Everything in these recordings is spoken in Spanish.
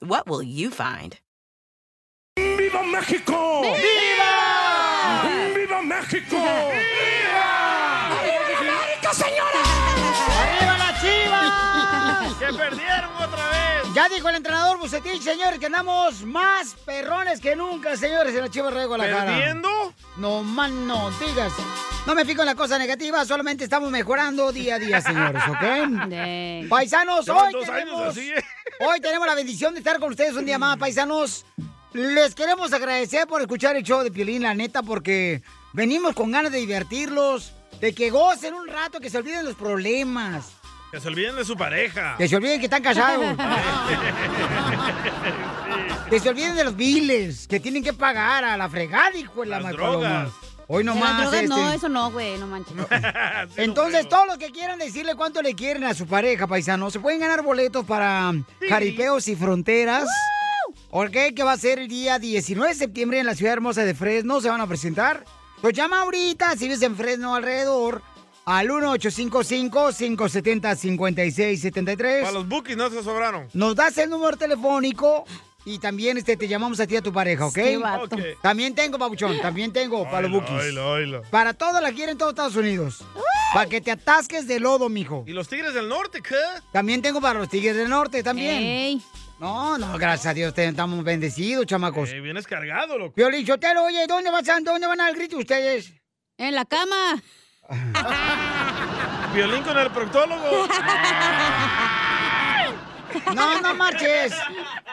What will you find? ¡Viva México! ¡Viva! ¡Viva México! ¡Viva! América, señora! ¡Arriba la chiva! ¡Que perdieron otra vez! Ya dijo el entrenador Bucetich, señores, que andamos más perrones que nunca, señores, en la Chiva Rego la cara. ¿Perdiendo? No, man, no digas. No me fijo en la cosa negativa, solamente estamos mejorando día a día, señores, ¿ok? Paisanos, Llevan hoy dos años tenemos, así, ¿eh? hoy tenemos la bendición de estar con ustedes un día más, paisanos. Les queremos agradecer por escuchar el show de Piolín, la neta, porque venimos con ganas de divertirlos, de que gocen un rato, que se olviden los problemas, Que se olviden de su pareja. que se olviden que están casados. Que se olviden de los biles que tienen que pagar a la fregada, hijo de la Las macaloma. drogas. Hoy De no las más. drogas, no, este. eso no, güey, no manches. Entonces, todos los que quieran decirle cuánto le quieren a su pareja, paisano, se pueden ganar boletos para um, Jaripeos y Fronteras. Ok, que va a ser el día 19 de septiembre en la ciudad hermosa de Fresno. Se van a presentar. Pues llama ahorita, si vives en Fresno alrededor, al 1855-570-5673. Para los bookies no se sobraron. Nos das el número telefónico y también este, te llamamos a ti y a tu pareja, ¿ok? Qué vato. Ok. También tengo, Pabuchón, también tengo para Oilo, los bookies. oilo, oilo. Para todos la quieren en todos Estados Unidos. Para que te atasques de lodo, mijo. ¿Y los tigres del norte qué? También tengo para los Tigres del Norte, también. Ey. No, no, gracias a Dios, te- estamos bendecidos, chamacos. Eh, vienes cargado, loco. Violín Sotelo, oye, ¿dónde van, a- ¿dónde van al grito ustedes? En la cama. Violín con el proctólogo. No, no marches.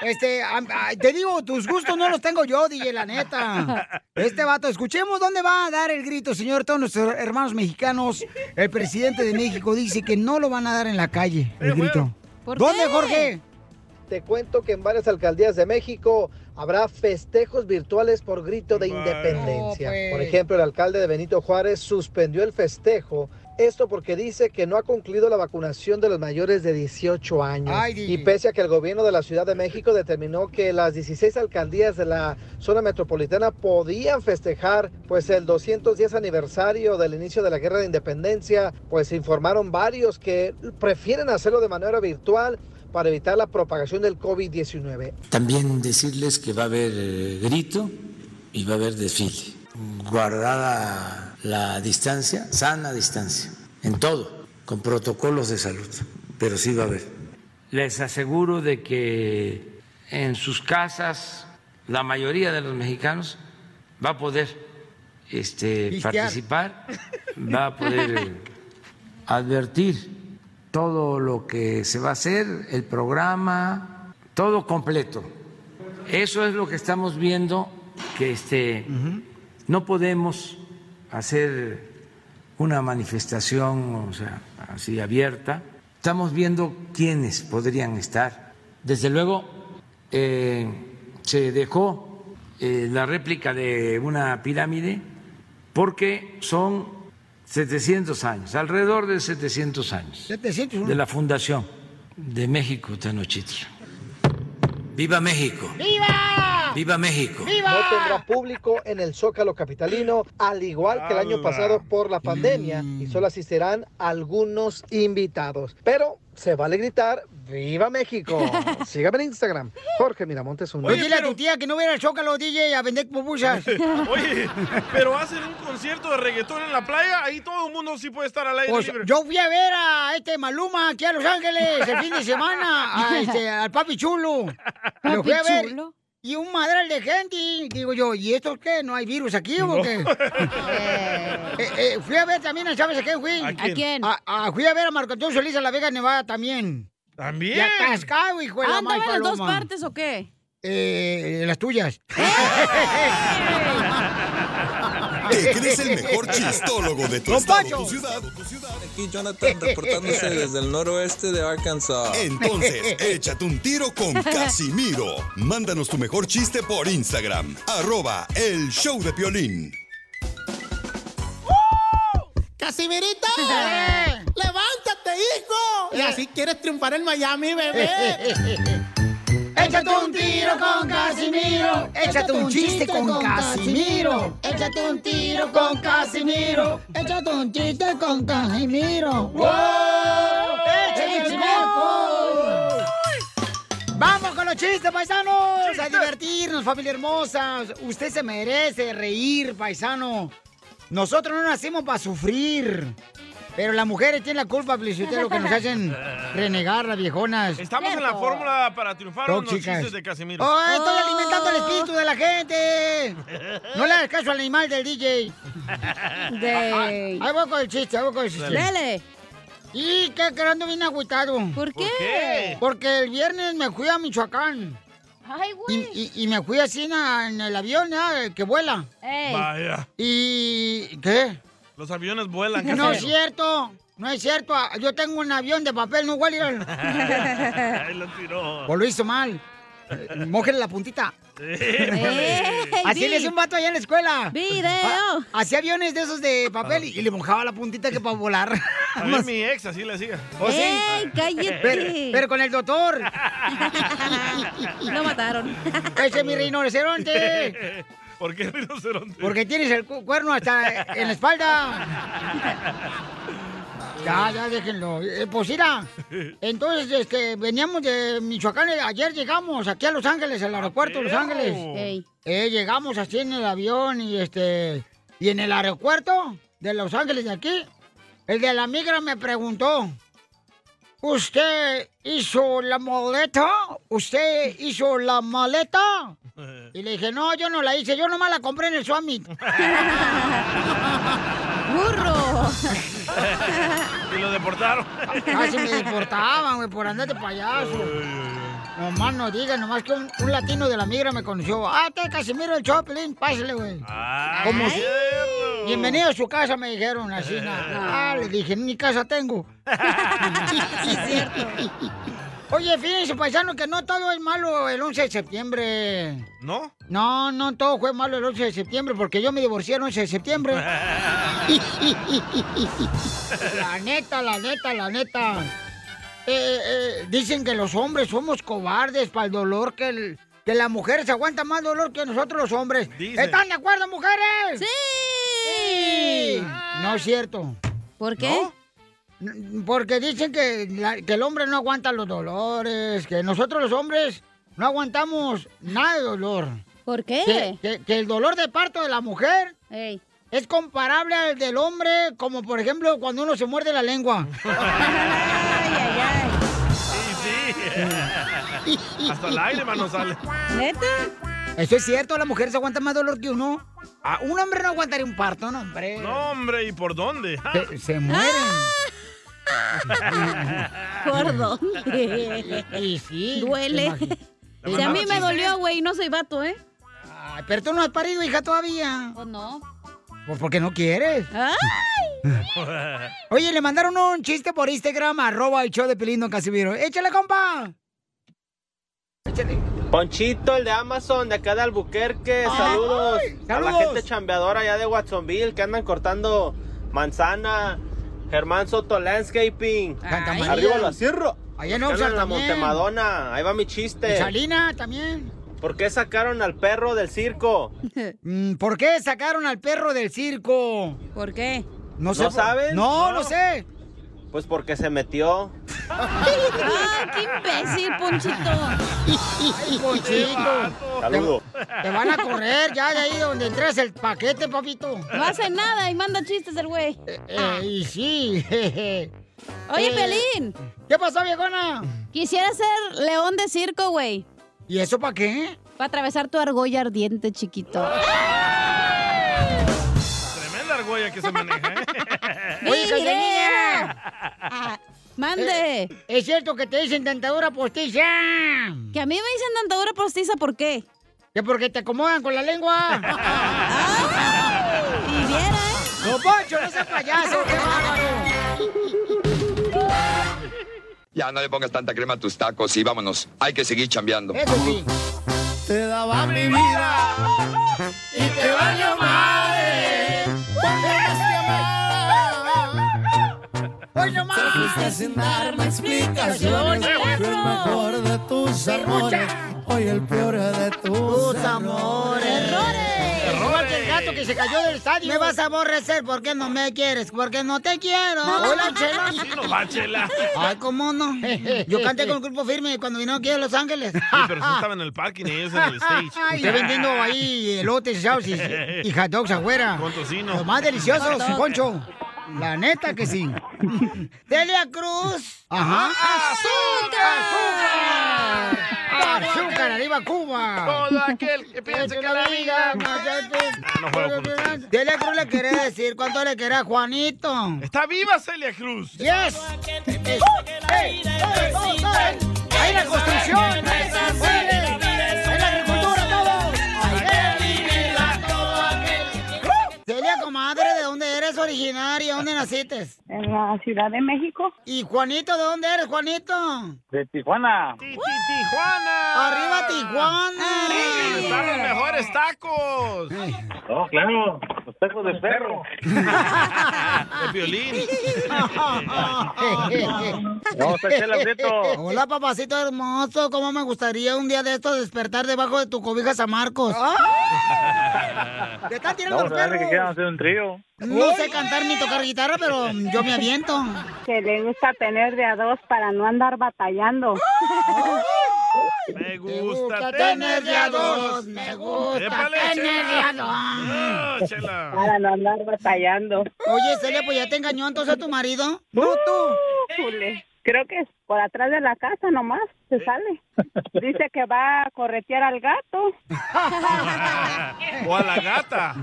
Este, am- ay, te digo, tus gustos no los tengo yo, DJ, la neta. Este vato, escuchemos dónde va a dar el grito, señor. Todos nuestros hermanos mexicanos, el presidente de México dice que no lo van a dar en la calle, Eh, el grito. ¿Dónde, Jorge? Te cuento que en varias alcaldías de México habrá festejos virtuales por grito de independencia. No, pues. Por ejemplo, el alcalde de Benito Juárez suspendió el festejo. Esto porque dice que no ha concluido la vacunación de los mayores de 18 años. Ay, y DJ. pese a que el gobierno de la Ciudad de México determinó que las 16 alcaldías de la zona metropolitana podían festejar pues el 210 aniversario del inicio de la Guerra de Independencia, pues informaron varios que prefieren hacerlo de manera virtual para evitar la propagación del COVID-19. También decirles que va a haber eh, grito y va a haber desfile. Guardada la distancia, sana distancia, en todo, con protocolos de salud, pero sí va a haber. Les aseguro de que en sus casas la mayoría de los mexicanos va a poder este, Pistear. participar, va a poder eh, advertir todo lo que se va a hacer, el programa, todo completo. Eso es lo que estamos viendo que este no podemos hacer una manifestación o sea, así abierta. Estamos viendo quiénes podrían estar. Desde luego, eh, se dejó eh, la réplica de una pirámide porque son 700 años, alrededor de 700 años de la fundación de México Tenochtitlan. Viva México, ¡Viva! viva México. No tendrá público en el Zócalo Capitalino, al igual que el año ¡Hala! pasado por la pandemia, y solo asistirán algunos invitados. Pero se vale gritar, ¡Viva México! Sígame en Instagram, Jorge Miramontes uno. Oye, dile a tu tía que no viera el Chócalo, DJ, a vender pupusas. Oye, pero hacen un concierto de reggaetón en la playa, ahí todo el mundo sí puede estar al aire Pues, libre. yo fui a ver a este Maluma aquí a Los Ángeles el fin de semana, a este, al Papi Chulo. Lo ¿Papi fui a ver. Chulo? Y un madral de gente. y Digo yo, ¿y esto qué? ¿No hay virus aquí o qué? Eh, eh, fui a ver también a Chávez, ¿a quién fui? ¿A quién? ¿A quién? a- fui a ver a Marco Antonio Solís a La Vega, Nevada también. ¿También? Y a Cascado, hijo de la Ah, ¿andaba mal en las dos paloma. partes o qué? Eh, las tuyas. Eh, Eres el mejor chistólogo de tu Don estado, Pues, Poncho. tu ciudad. Aquí Jonathan reportándose desde el noroeste de Arkansas. Entonces, échate un tiro con Casimiro. Mándanos tu mejor chiste por Instagram. Arroba el show de Piolín. ¡Casimirito! ¡Eh! ¡Levántate, hijo! Eh. Y así quieres triunfar en Miami, bebé. Échate un tiro con Casimiro. Échate un chiste con Casimiro. Échate un tiro con Casimiro. Échate un chiste con Casimiro. ¡Wow! ¡Échame ¡Échame alcohol! ¡Vamos con los chistes, paisanos! ¡A divertirnos, familia hermosa! Usted se merece reír, paisano. Nosotros no nacimos para sufrir. Pero las mujeres tienen la culpa, Felicitero, que nos hacen renegar las viejonas. Estamos en la fórmula para triunfar en los Tóxicas. chistes de Casimiro. ¡Oh, estoy alimentando el espíritu de la gente! No le hagas caso al animal del DJ. Ah, Ahí voy con el chiste, ahí voy con el chiste. Dale. Y que quedando bien agüitado. ¿Por qué? qué? Porque el viernes me fui a Michoacán. Ay, güey. Y, y- y me fui así na- en el avión, ¿ah? el que vuela. Vaya. ¿Y qué? Los aviones vuelan. No es Casimiro. cierto, no es cierto. Ah, Yo tengo un avión de papel, no igual. mira. Ahí lo tiró. o lo hizo mal. Eh, Mójele la puntita. Así le hacía un vato allá en la escuela. Video. Ah, Hacía aviones de esos de papel y y le mojaba la puntita que para volar. A mí mi Oh, ex así le hacía. ¿O Oh, sí? Pero, pero con el doctor. Lo mataron. Ese es mi rinoceronte. ¿Por qué rinoceronte? Porque tienes el cu- cuerno hasta en la espalda. Ya, ya, déjenlo. Eh, pues mira, entonces este, veníamos de Michoacán, eh, ayer llegamos aquí a Los Ángeles, al aeropuerto de Los perro. Ángeles. Ey. Eh, llegamos así en el avión y este y en el aeropuerto de Los Ángeles de aquí, el de la migra me preguntó, ¿usted hizo la maleta? ¿Usted hizo la maleta? Y le dije, no, yo no la hice, yo nomás la compré en el Summit. ¡Burro! y lo deportaron. Casi me deportaban, güey, por andar de payaso. Nomás no digan, nomás que un, un latino de la migra me conoció. Ah, te Casimiro el Choplin, pásale, güey. Ah, Ah, Como si- Bienvenido a su casa, me dijeron así. na- Ah, le dije, ni casa tengo. Oye, fíjense, paisano, que no todo es malo el 11 de septiembre. ¿No? No, no todo fue malo el 11 de septiembre, porque yo me divorcié el 11 de septiembre. La neta, la neta, la neta. Eh, eh, dicen que los hombres somos cobardes para el dolor que el- Que las mujeres aguantan más dolor que nosotros los hombres. Dicen. ¿Están de acuerdo, mujeres? ¡Sí! No es cierto. ¿Por qué? N- Porque dicen que, la- que el hombre no aguanta los dolores, que nosotros los hombres no aguantamos nada de dolor. ¿Por Que, que- que el dolor de parto de la mujer es comparable al del hombre, como por ejemplo cuando uno se muerde la lengua. Sí, sí. Hasta el aire, mano, sale. ¿Neta? Eso es cierto, las mujeres aguantan más dolor que uno. Ah, un hombre no aguantaría un parto, no, hombre. No, hombre, ¿y por dónde? Ah. Se, se mueren. Ah. ¿Por dónde? Y sí. Duele. imagi- Si a mí me Chiste. dolió, güey, no soy vato, ¿eh? Ay, pero tú no has parido, hija, todavía. Ah. Pues no. Ah. Pues porque no quieres. Oye, le mandaron un chiste por Instagram, arroba el show de Pelín, don Casimiro. ¡Échale, compa! Ponchito, el de Amazon, de acá de Albuquerque, saludos. A la saludos. gente chambeadora allá de Watsonville que andan cortando manzana. Germán Soto Landscaping. Santa María. Arriba lo cierro. Allá en Los que andan Oxnard en la también. Montemadonna. Ahí va mi chiste. Salina también. ¿Por qué sacaron al perro del circo? Mm, ¿Por qué sacaron al perro del circo? ¿Por qué? No sé. ¿No por- saben? No, no, No. sé. Pues porque se metió. ¡Ah, qué imbécil, Ponchito! Ay, Ponchito. Saludo. Te van a correr ya de ahí donde entras el paquete, papito. No hace nada y manda chistes el güey. Ah. Eh, y sí. Oye, Eh, Pelín. ¿Qué pasó, viejona? Quisiera ser león de circo, güey. ¿Y eso para qué? Para atravesar tu argolla ardiente, chiquito. Ah. Tremenda argolla que se maneja, ¿eh? Oye, Cachanilla. ¡Mande! Eh, Es cierto que te dicen dentadura postiza. Que a mí me dicen dentadura postiza, ¿por qué? Que porque te acomodan con la lengua. Y viera, ¿eh? ¡No, Poncho, no seas payaso! ¡Qué bárbaro! Ya no le pongas tanta crema a tus tacos y vámonos. Hay que seguir chambeando. Eso sí. Te daba mi vida y te valió madre. Cuando más te amaba. Hoy no más. Te fuiste sin darme explicaciones. Fui el mejor de tus amores. Hoy el peor de tus amores. ¡Errores! Igual que el gato que se cayó del estadio. Me vas a aborrecer porque no me quieres, porque no te quiero. Hola, Chela. No va, chela. Ay, cómo no. Yo canté con el grupo firme cuando vino aquí a Los Ángeles. Sí, pero sí estaba en el parking y ellos en el stage. Estoy vendiendo ahí elotes, echados y, y hot dogs afuera. Con tocino. Lo más delicioso, Hot dog. Poncho. La neta que sí. Delia Cruz. Ajá. ¡Azúcar! ¡Azúcar! ¡Arriba Cuba! Todo aquel que piense que la vida Ah, No juego con usted. Delia Cruz le quería decir cuánto le quería a Juanito. ¡Está viva Celia Cruz! ¡Yes! ¡Ey! ¡Ahí la construcción! ¡Ahí la agricultura, todo! Delia, comadre, ¿de dónde eres originaria? ¿Dónde naciste? En la Ciudad de México. ¿Y Juanito, de dónde eres, Juanito? De Tijuana. ¡Tijuana! ¡Arriba Tijuana! ¡Están los mejores tacos! No, claro. Los tacos de perro. ¡De violín! No, está Chela Prieto. Hola, papacito hermoso. ¿Cómo me gustaría un día de estos despertar debajo de tu cobija San Marcos? ¡Te están tirando Vamos los a ver que perros! quieran hacer un trío. No sé cantar ni tocar guitarra, pero yo me aviento. Que le gusta tener de a dos para no andar batallando. Me gusta tener de a dos. Me gusta ¡Épale, tener de a Chela! ¡No, Ah, Chela! Para no andar batallando. Oye, Celia, pues ya te engañó entonces tu marido. ¡Bruto! Chule. Creo que es por atrás de la casa nomás se sale. Dice que va a corretear al gato. ¡O a la gata!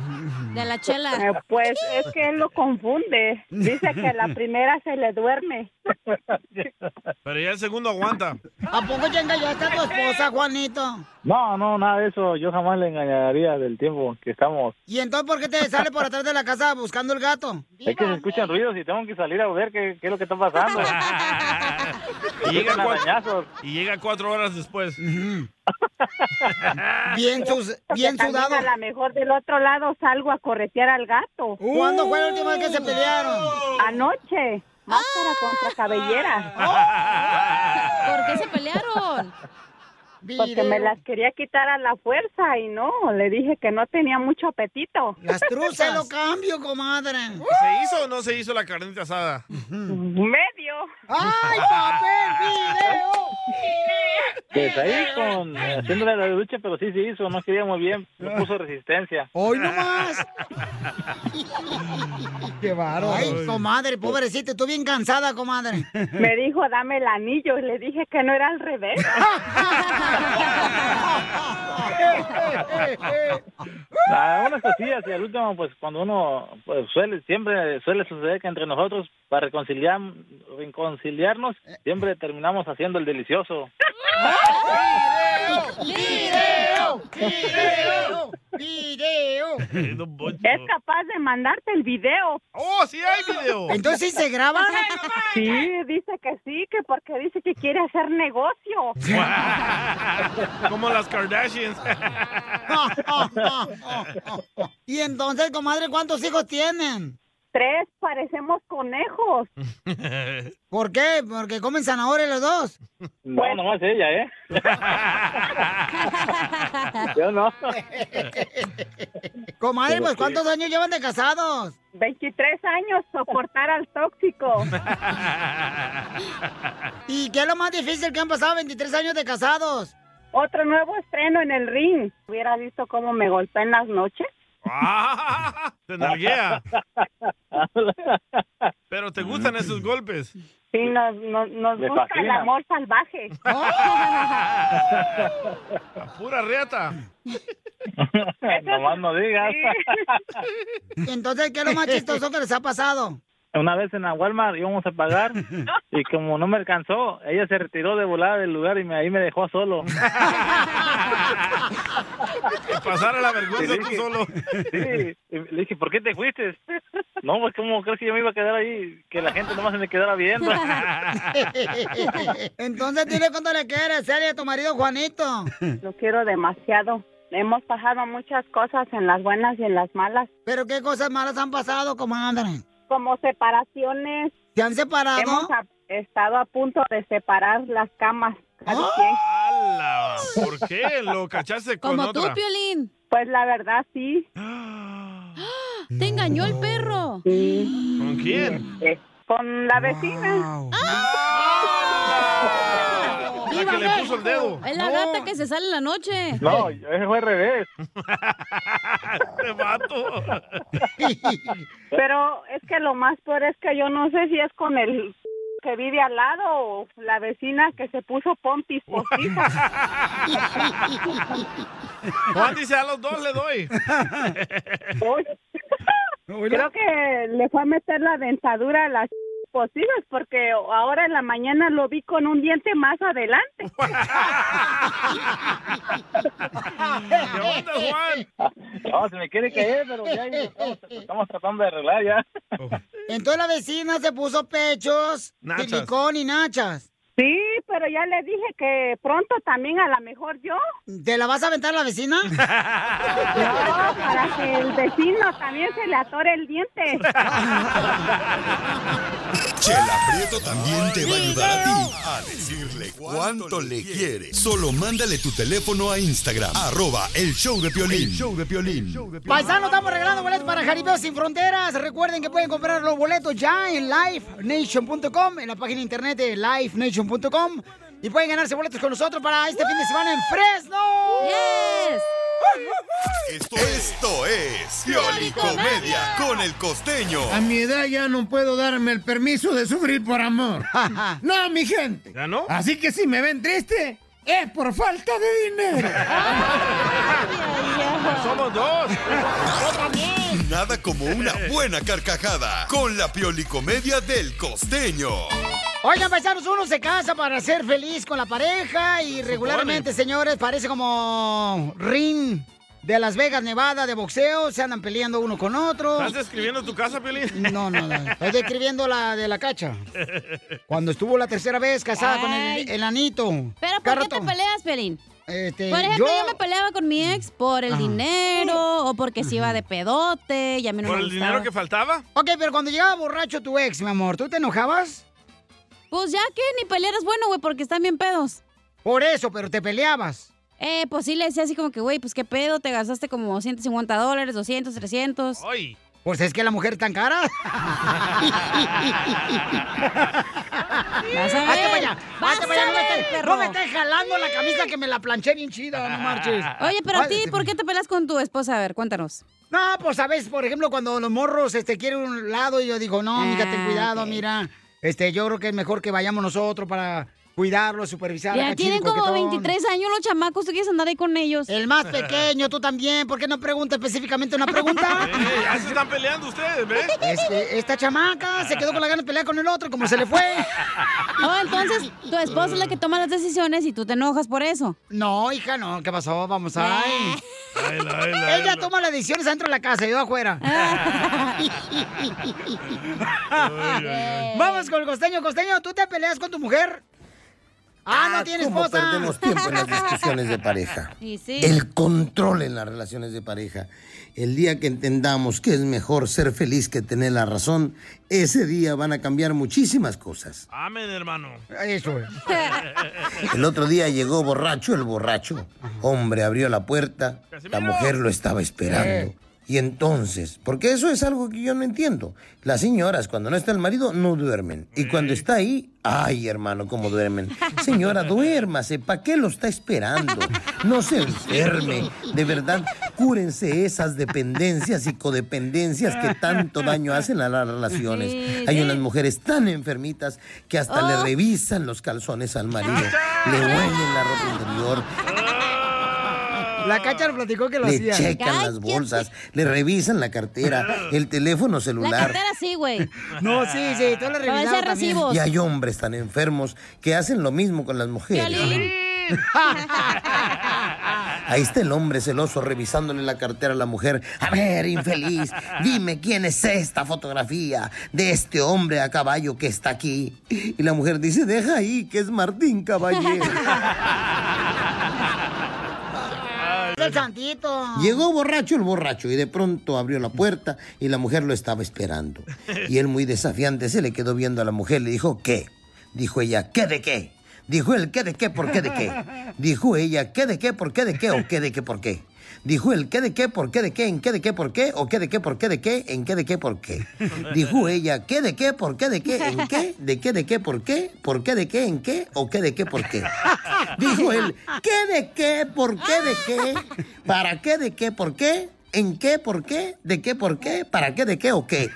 De la chela. Eh, Pues es que él lo confunde. Dice que la primera se le duerme. Pero ya el segundo aguanta. ¿A poco ya engañaste a tu esposa, Juanito? No, no, nada de eso. Yo jamás le engañaría del tiempo que estamos. ¿Y entonces por qué te sale por atrás de la casa buscando el gato? Es que se escuchan ruidos y tengo que salir a ver qué, qué es lo que está pasando. Y llega, Llegan cuatro, arañazos. y llega cuatro horas después. Bien, sus- Porque bien también sudado. A lo mejor del otro lado salgo a corretear al gato. ¿Cuándo fue la última vez que se pelearon? Anoche. Máscara contra cabellera. ¿Por Ah. qué se pelearon? Porque me las quería quitar a la fuerza y no, le dije que no tenía mucho apetito. Las truzas. lo cambio, comadre. ¿Se hizo o no se hizo la carnita asada? Medio. ¡Ay, papel, Pues ahí con haciéndole la lucha, pero sí se hizo, no queríamos bien, no puso resistencia. ¡Hoy no más! ¡Qué bárbaro! Ay, comadre, pobrecita, tú bien cansada, comadre. Me dijo, dame el anillo y le dije que no era al revés. Ah, Unas cosillas y al último, pues cuando uno pues, suele, siempre suele suceder que entre nosotros, para reconciliar, reconciliarnos, siempre terminamos haciendo el delicioso. ¡Video! ¡Video! ¡Video! es capaz de mandarte el video. ¡Oh, sí hay video! Entonces, ¿sí ¿se graba? Sí, dice que sí, que porque dice que quiere hacer negocio. Como las Kardashians. Y entonces, comadre, ¿cuántos hijos tienen? Tres, parecemos conejos. ¿Por qué? ¿Porque comen zanahoria los dos? No, nomás ella, ¿eh? Yo no. Comadre, Pero pues sí. ¿cuántos años llevan de casados? 23 años soportar al tóxico. ¿Y qué es lo más difícil que han pasado 23 años de casados? Otro nuevo estreno en el ring. Hubiera visto cómo me golpea en las noches. ¡Ah! ¡Te narguea! Pero te gustan esos golpes. Sí, nos, nos, nos Me gusta el fascina. amor salvaje. Pura reata. Nomás no digas. Entonces, ¿qué es lo más chistoso que les ha pasado? Una vez en la Walmart íbamos a pagar y como no me alcanzó, ella se retiró de volada del lugar y me, ahí me dejó solo. Que pasara la vergüenza tú solo. Sí, y le dije, ¿por qué te fuiste? No, pues ¿cómo crees que yo me iba a quedar ahí? Que la gente nomás se me quedara viendo. Entonces, dile cuánto le quieres, Celia, a tu marido Juanito. Lo quiero demasiado. Hemos pasado muchas cosas en las buenas y en las malas. ¿Pero qué cosas malas han pasado, comadre? Como separaciones. ¿Se han separado? Hemos a- estado a punto de separar las camas. cada ¡Oh! quien. ¡Hala! ¿Por qué? Lo cachaste con otra. Piolín. Pues la verdad, sí. Te engañó el perro. ¿Con quién? Eh, Con la vecina. ¡Ah! La que le puso el dedo. Es la gata que se sale en la noche. No, ese fue al revés. Te mato. Pero es que lo más peor es que yo no sé si es con el que vive al lado o la vecina que se puso pompis postizas. Juan dice, a los dos le doy. Creo que le fue a meter la dentadura a las postizas porque ahora en la mañana lo vi con un diente más adelante. ¿Qué onda, Juan? No, se me quiere caer, pero ya ahí estamos, estamos tratando de arreglar ya. Entonces, la vecina se puso pechos, Nachas. silicón y nachas. Sí, pero ya le dije que pronto también a lo mejor yo. ¿Te la vas a aventar la vecina? No, para que el vecino también se le atore el diente. Chela Prieto también te va a ayudar a ti a decirle cuánto le quiere. Solo mándale tu teléfono a Instagram, arroba el show de Piolín. show de Piolín. Paisano, estamos regalando boletos para Jaripeo Sin Fronteras. Recuerden que pueden comprar los boletos ya en LiveNation.com, en la página de internet de LiveNation.com. Y pueden ganarse boletos con nosotros para este fin de semana en Fresno. ¡Yes! Esto es Pioli Comedia con el costeño. A mi edad ya no puedo darme el permiso de sufrir por amor. no, mi gente. ¿Ya no? Ah, Así que si me ven triste, es por falta de dinero. Ah, Somos dos. Nada como una buena carcajada con la Pioli Comedia del costeño. Oigan, paisanos, uno se casa para ser feliz con la pareja y regularmente, señores, parece como ring de Las Vegas, Nevada, de boxeo. Se andan peleando uno con otro. ¿Estás describiendo tu casa, Piolín? No, no, no. Estoy describiendo la de la cacha. Cuando estuvo la tercera vez casada con el, el anito. Pero ¿por qué te peleas, Pelín? Este, Por ejemplo, yo- yo... me peleaba con mi ex por el dinero o porque se iba de pedote y a mí no ¿Por me el gustaba. dinero que faltaba? Ok, pero cuando llegaba borracho tu ex, mi amor, ¿tú te enojabas? Pues ya que ni pelear es bueno, güey, porque están bien pedos. Por eso, pero te peleabas. Eh, pues sí le decía así como que, güey, pues qué pedo, te gastaste como 150 dólares, 200, 300. Pues es que la mujer es tan cara. Vas a Hazte ver, para allá, vas hazte a para allá, no me ver, estés- perro. No me estés jalando la camisa que me la planché bien chida, no marches. Oye, pero a Ay, ti, este- ¿por qué te peleas con tu esposa? A ver, cuéntanos. No, pues sabes, por ejemplo, cuando los morros este, quieren un lado y yo digo, no, mira, ten Ah, cuidado, ok. mira. Este, yo creo que es mejor que vayamos nosotros para cuidarlo, supervisar. Ya acá, tienen chido, como coquetón. 23 años los chamacos, tú quieres andar ahí con ellos. El más pequeño, tú también, ¿por qué no pregunta específicamente una pregunta? Eh, ya se están peleando ustedes, ¿ves? Este, esta chamaca se quedó con la gana de pelear con el otro, como se le fue. Oh, entonces tu esposa es la que toma las decisiones y tú te enojas por eso. No, hija, no, ¿qué pasó? Vamos a... Ella Ella toma las decisiones adentro de la casa, yo afuera. Vamos con el costeño. Costeño, ¿tú te peleas con tu mujer? Ah, no tiene ¿Cómo esposa. perdemos tiempo en las discusiones de pareja? Y sí. El control en las relaciones de pareja. El día que entendamos que es mejor ser feliz que tener la razón, ese día van a cambiar muchísimas cosas. Amén, hermano. Eso es. El otro día llegó borracho el borracho. Hombre abrió la puerta, la mujer lo estaba esperando. Y entonces, porque eso es algo que yo no entiendo. Las señoras, cuando no está el marido, no duermen. Y cuando está ahí, ay, hermano, cómo duermen. Señora, duérmase, ¿para qué lo está esperando? No se enferme. De verdad, cúrense esas dependencias y codependencias que tanto daño hacen a las relaciones. Sí, Hay sí. unas mujeres tan enfermitas que hasta le Ah. Oh. revisan los calzones al marido, le huelen la ropa interior, Ah, La cacha platicó que lo le hacía. checan las bolsas, le revisan la cartera, el teléfono La celular. cartera sí, güey. No, sí, sí, tú Pero revisado ese también. recibos. Y hay hombres tan enfermos que hacen lo mismo con las mujeres. Piolín. Ahí está el hombre celoso revisándole la cartera a la mujer. A ver, infeliz, dime quién es esta fotografía de este hombre a caballo que está aquí. Y la mujer dice, deja ahí, que es Martín Caballero. El santito. Ah. Llegó borracho el borracho y de pronto abrió la puerta y la mujer lo estaba esperando. Y él muy desafiante se le quedó viendo a la mujer, le dijo, ¿qué? Dijo ella, ¿qué de qué? Dijo él, ¿qué de qué? ¿Por qué de qué? Dijo ella, ¿qué de qué? ¿Por qué de qué? ¿O qué de qué? ¿Por qué? Dijo él, ¿qué de qué? ¿Por qué de qué? ¿En qué de qué? ¿Por qué? ¿O qué de qué? ¿Por qué de qué? ¿En qué de qué? ¿Por qué? Dijo ella, ¿qué de qué? ¿Por qué de qué? ¿En qué? ¿De qué? ¿De qué? ¿Por qué? ¿Por qué de qué? ¿En qué? ¿O qué de qué? ¿Por qué? Dijo él, ¿qué de qué? ¿Por qué de qué? ¿Para qué de qué? ¿Por qué? ¿En qué? ¿Por qué? ¿De qué? ¿Por qué? ¿Para qué? ¿De qué o qué?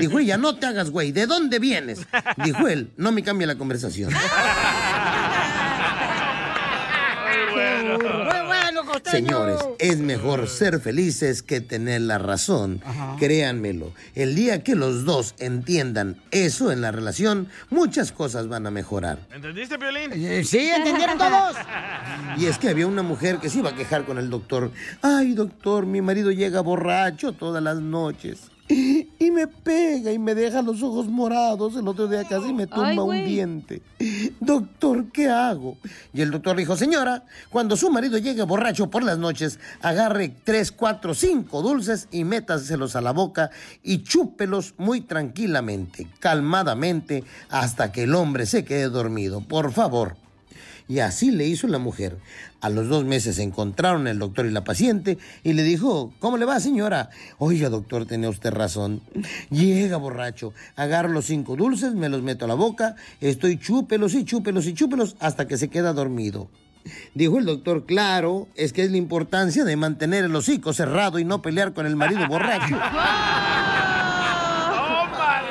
Dijo ella, no te hagas güey, ¿de dónde vienes? Dijo él, no me cambie la conversación. Muy bueno, costeño. Señores, eh. es mejor ser felices que tener la razón. Ajá. Créanmelo, el día que los dos entiendan eso en la relación, muchas cosas van a mejorar. ¿Entendiste, Piolín? Eh, sí, ¿entendieron todos? Y es que había una mujer que se iba a quejar con el doctor. Ay, doctor, mi marido llega borracho todas las noches. Y me pega y me deja los ojos morados. El otro día casi me tumba Ay, güey. un diente. Doctor, ¿qué hago? Y el doctor le dijo, señora, cuando su marido llegue borracho por las noches, agarre tres, cuatro, cinco dulces y métaselos a la boca y chúpelos muy tranquilamente, calmadamente, hasta que el hombre se quede dormido. Por favor. Y así le hizo la mujer. A los dos meses se encontraron el doctor y la paciente y le dijo, ¿cómo le va señora? Oiga doctor, tenía usted razón. Llega borracho, agarro los cinco dulces, me los meto a la boca, estoy chúpelos y chúpelos y chúpelos hasta que se queda dormido. Dijo el doctor, claro, es que es la importancia de mantener el hocico cerrado y no pelear con el marido borracho.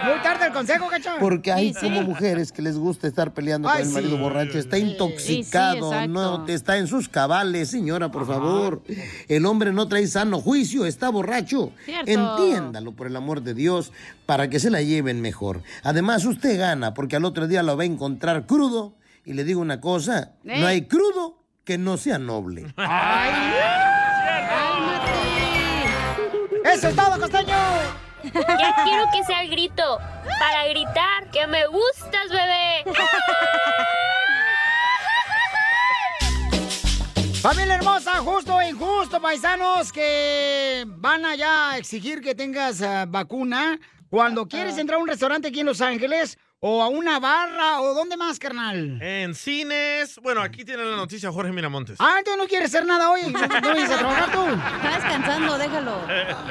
Muy tarde el consejo, cachón. Porque hay como mujeres que les gusta estar peleando Ay, con el marido sí. borracho, está intoxicado, exacto. no está en sus cabales, señora, por favor. El hombre no trae sano juicio, está borracho. Cierto. Entiéndalo, por el amor de Dios, para que se la lleven mejor. Además, usted gana, porque al otro día lo va a encontrar crudo. Y le digo una cosa, Eh. no hay crudo que no sea noble. ¡Eso es todo, costeño! Ya quiero que sea el grito para gritar que me gustas, bebé. Familia hermosa, justo o injusto, paisanos que van allá a exigir que tengas ah, vacuna cuando quieres entrar a un restaurante aquí en Los Ángeles o a una barra o dónde más, carnal. En cines. Bueno, aquí tiene la noticia Jorge Miramontes. Ah, entonces no quieres hacer nada hoy. No vienes a trabajar tú. Está descansando, déjalo.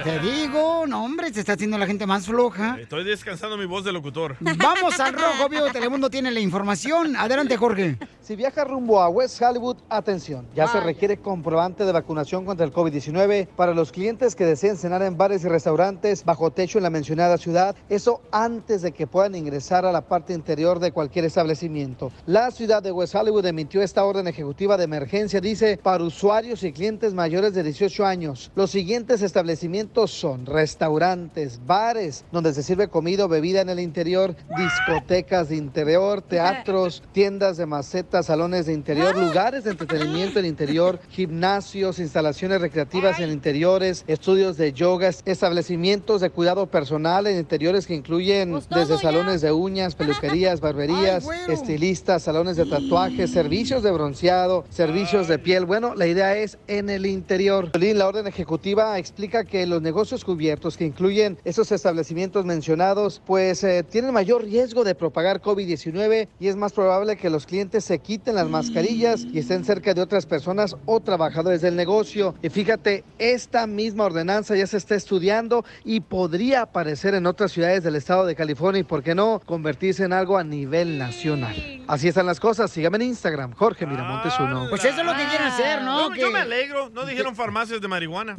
Te digo, no, hombre, se está haciendo la gente más floja. Estoy descansando mi voz de locutor. Vamos al rojo, vivo. Telemundo tiene la información. Adelante, Jorge. Si viaja rumbo a West Hollywood, atención, ya se requiere comprobante de vacunación contra el COVID-19 para los clientes que deseen cenar en bares y restaurantes bajo techo en la mencionada ciudad, eso antes de que puedan ingresar a la parte interior de cualquier establecimiento. La ciudad de West Hollywood emitió esta orden ejecutiva de emergencia, dice, para usuarios y clientes mayores de 18 años. Los siguientes establecimientos son restaurantes, bares, donde se sirve comida o bebida en el interior, discotecas de interior, teatros, tiendas de macetas, salones de interior, lugares de entretenimiento en interior, gimnasios, instalaciones recreativas en interiores, estudios de yoga, establecimientos de cuidado personal en interiores que incluyen desde salones de uñas, uñas, peluquerías, barberías, estilistas, salones de tatuajes, servicios de bronceado, servicios de piel. Bueno, la idea es en el interior. Piolín, La orden ejecutiva explica que los negocios cubiertos que incluyen esos establecimientos mencionados, pues eh, tienen mayor riesgo de propagar COVID-19 y es más probable que los clientes se quiten las mascarillas y estén cerca de otras personas o trabajadores del negocio. Y fíjate, esta misma ordenanza ya se está estudiando y podría aparecer en otras ciudades del estado de California y, ¿por qué no?, convertirse en algo a nivel nacional. Así están las cosas. Sígame en Instagram, Jorge Miramontes 1. Pues eso es lo que quieren hacer, ¿no? Yo, yo me alegro, no dijeron farmacias de marihuana.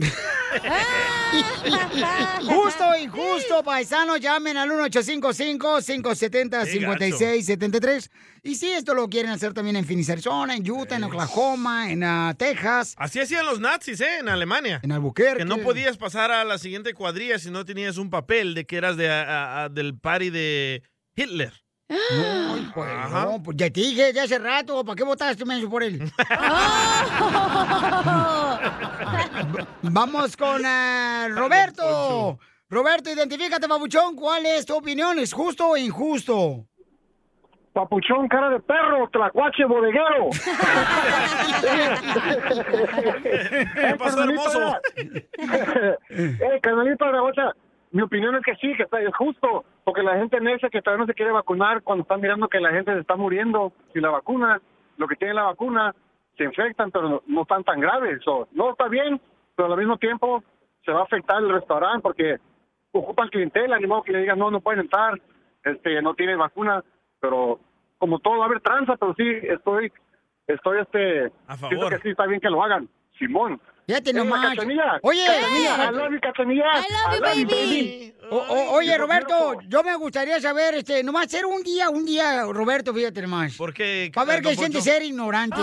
Justo o injusto, paisano, llamen al 1855-570-5673. Y si esto lo quieren hacer también en Phoenix, Arizona, en Utah, en Oklahoma, en ah, Texas. Así hacían los nazis, ¿eh? En Alemania. En Albuquerque. Que no podías pasar a la siguiente cuadrilla si no tenías un papel de que eras de, a- a- a- del party de Hitler. No, hijo de- Ajá. no, pues ya te dije ya hace rato, ¿para qué votaste, menso, por él? Vamos con eh, Roberto. Roberto, identifícate, papuchón. ¿Cuál es tu opinión? ¿Es justo o injusto? Papuchón, cara de perro, tlacuache, bodeguero. ¿Qué pasó, hermoso? eh, carnalito de otra, mi opinión es que sí, que está, es justo, porque la gente necia que todavía no se quiere vacunar cuando están mirando que la gente se está muriendo y la vacuna, lo que tiene la vacuna, se infectan, pero no, no están tan graves. o no está bien, pero al mismo tiempo se va a afectar el restaurante porque ocupan clientela, ni modo que le digan, no, no pueden entrar, este, no tienen vacuna, pero como todo va a haber tranza, pero sí, estoy, estoy, este, a siento que sí está bien que lo hagan, Simón. Fíjate Eh, la nomás. Cachanilla, Oye, Cachanilla, I love you, Cachanilla, I love you, baby. O- o- oye, Roberto, yo me gustaría saber, este, nomás ser un día, un día, Roberto, fíjate nomás. ¿Por qué? Para ver Don qué siente Poncho? ser ignorante.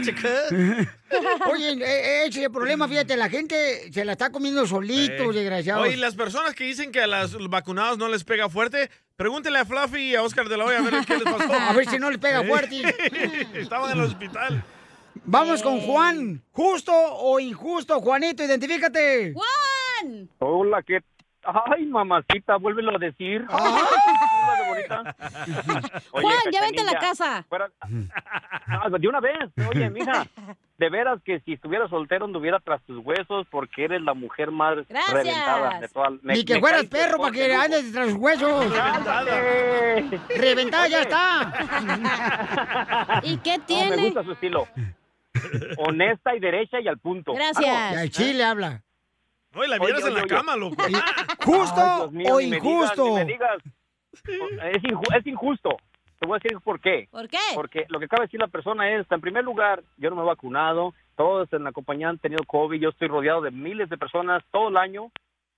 Oye, eh, eh, ese es el problema, fíjate, la gente se la está comiendo solito, Eh, desgraciado. Oye, las personas que dicen que a los vacunados no les pega fuerte, pregúntenle a Fluffy y a Oscar de la Hoya a ver qué les pasó. A ver si no les pega Eh, fuerte. Estaban en el hospital. Vamos con Juan. ¿Justo o injusto? Juanito, identifícate. ¡Juan! Hola, ¿qué? Ay, mamacita, vuélvelo a decir. Ah. Oye, Juan, ya vente a la Cachanilla, casa. fuera- Ah, de una vez. Oye, mija, de veras que si estuviera soltero anduviera tras tus huesos porque eres la mujer más Gracias. reventada de toda me- Ni que me fueras caes perro para mejor que de lujo. andes tras los huesos. Cállate. Reventada, ya Oye, está. ¿Y qué No, me tiene? gusta su estilo. Honesta y derecha y al punto. Y al chile habla. Oye, la vieras Oye, en la oye, oye. cama, loco. ¿Justo Ay, Dios mío, o ni me injusto? digas, ni me digas. Es, inju- es injusto. Te voy a decir por qué. ¿Por qué? Porque lo que acaba de decir la persona es, en primer lugar, yo no me he vacunado, todos en la compañía han tenido COVID, yo estoy rodeado de miles de personas todo el año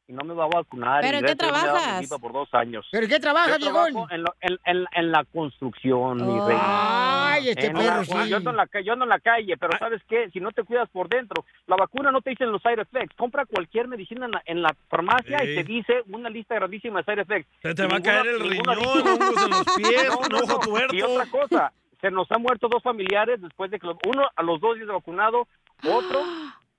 y no me voy a vacunar. ¿Pero en y qué gracias a Dios me he dado trabajas? mi vida por dos años. ¿Pero en qué trabajas, Yo viejón? trabajo En, lo- en, en- en la construcción, mi rey. Ay, este En perro la- sí. Yo ando, en la, ca- yo ando en la calle, Ah. pero ¿sabes qué? Si no te cuidas por dentro, la vacuna no te dicen los side effects. Compra cualquier medicina en la, en la farmacia y Ey. te dice una lista grandísima de side effects. Se te Y va a caer el ninguna- riñón, ninguna dice- hongos en los pies, un ojo tuerto. Y otra cosa, se nos han muerto dos familiares después de que los- uno a los dos días de vacunado, otro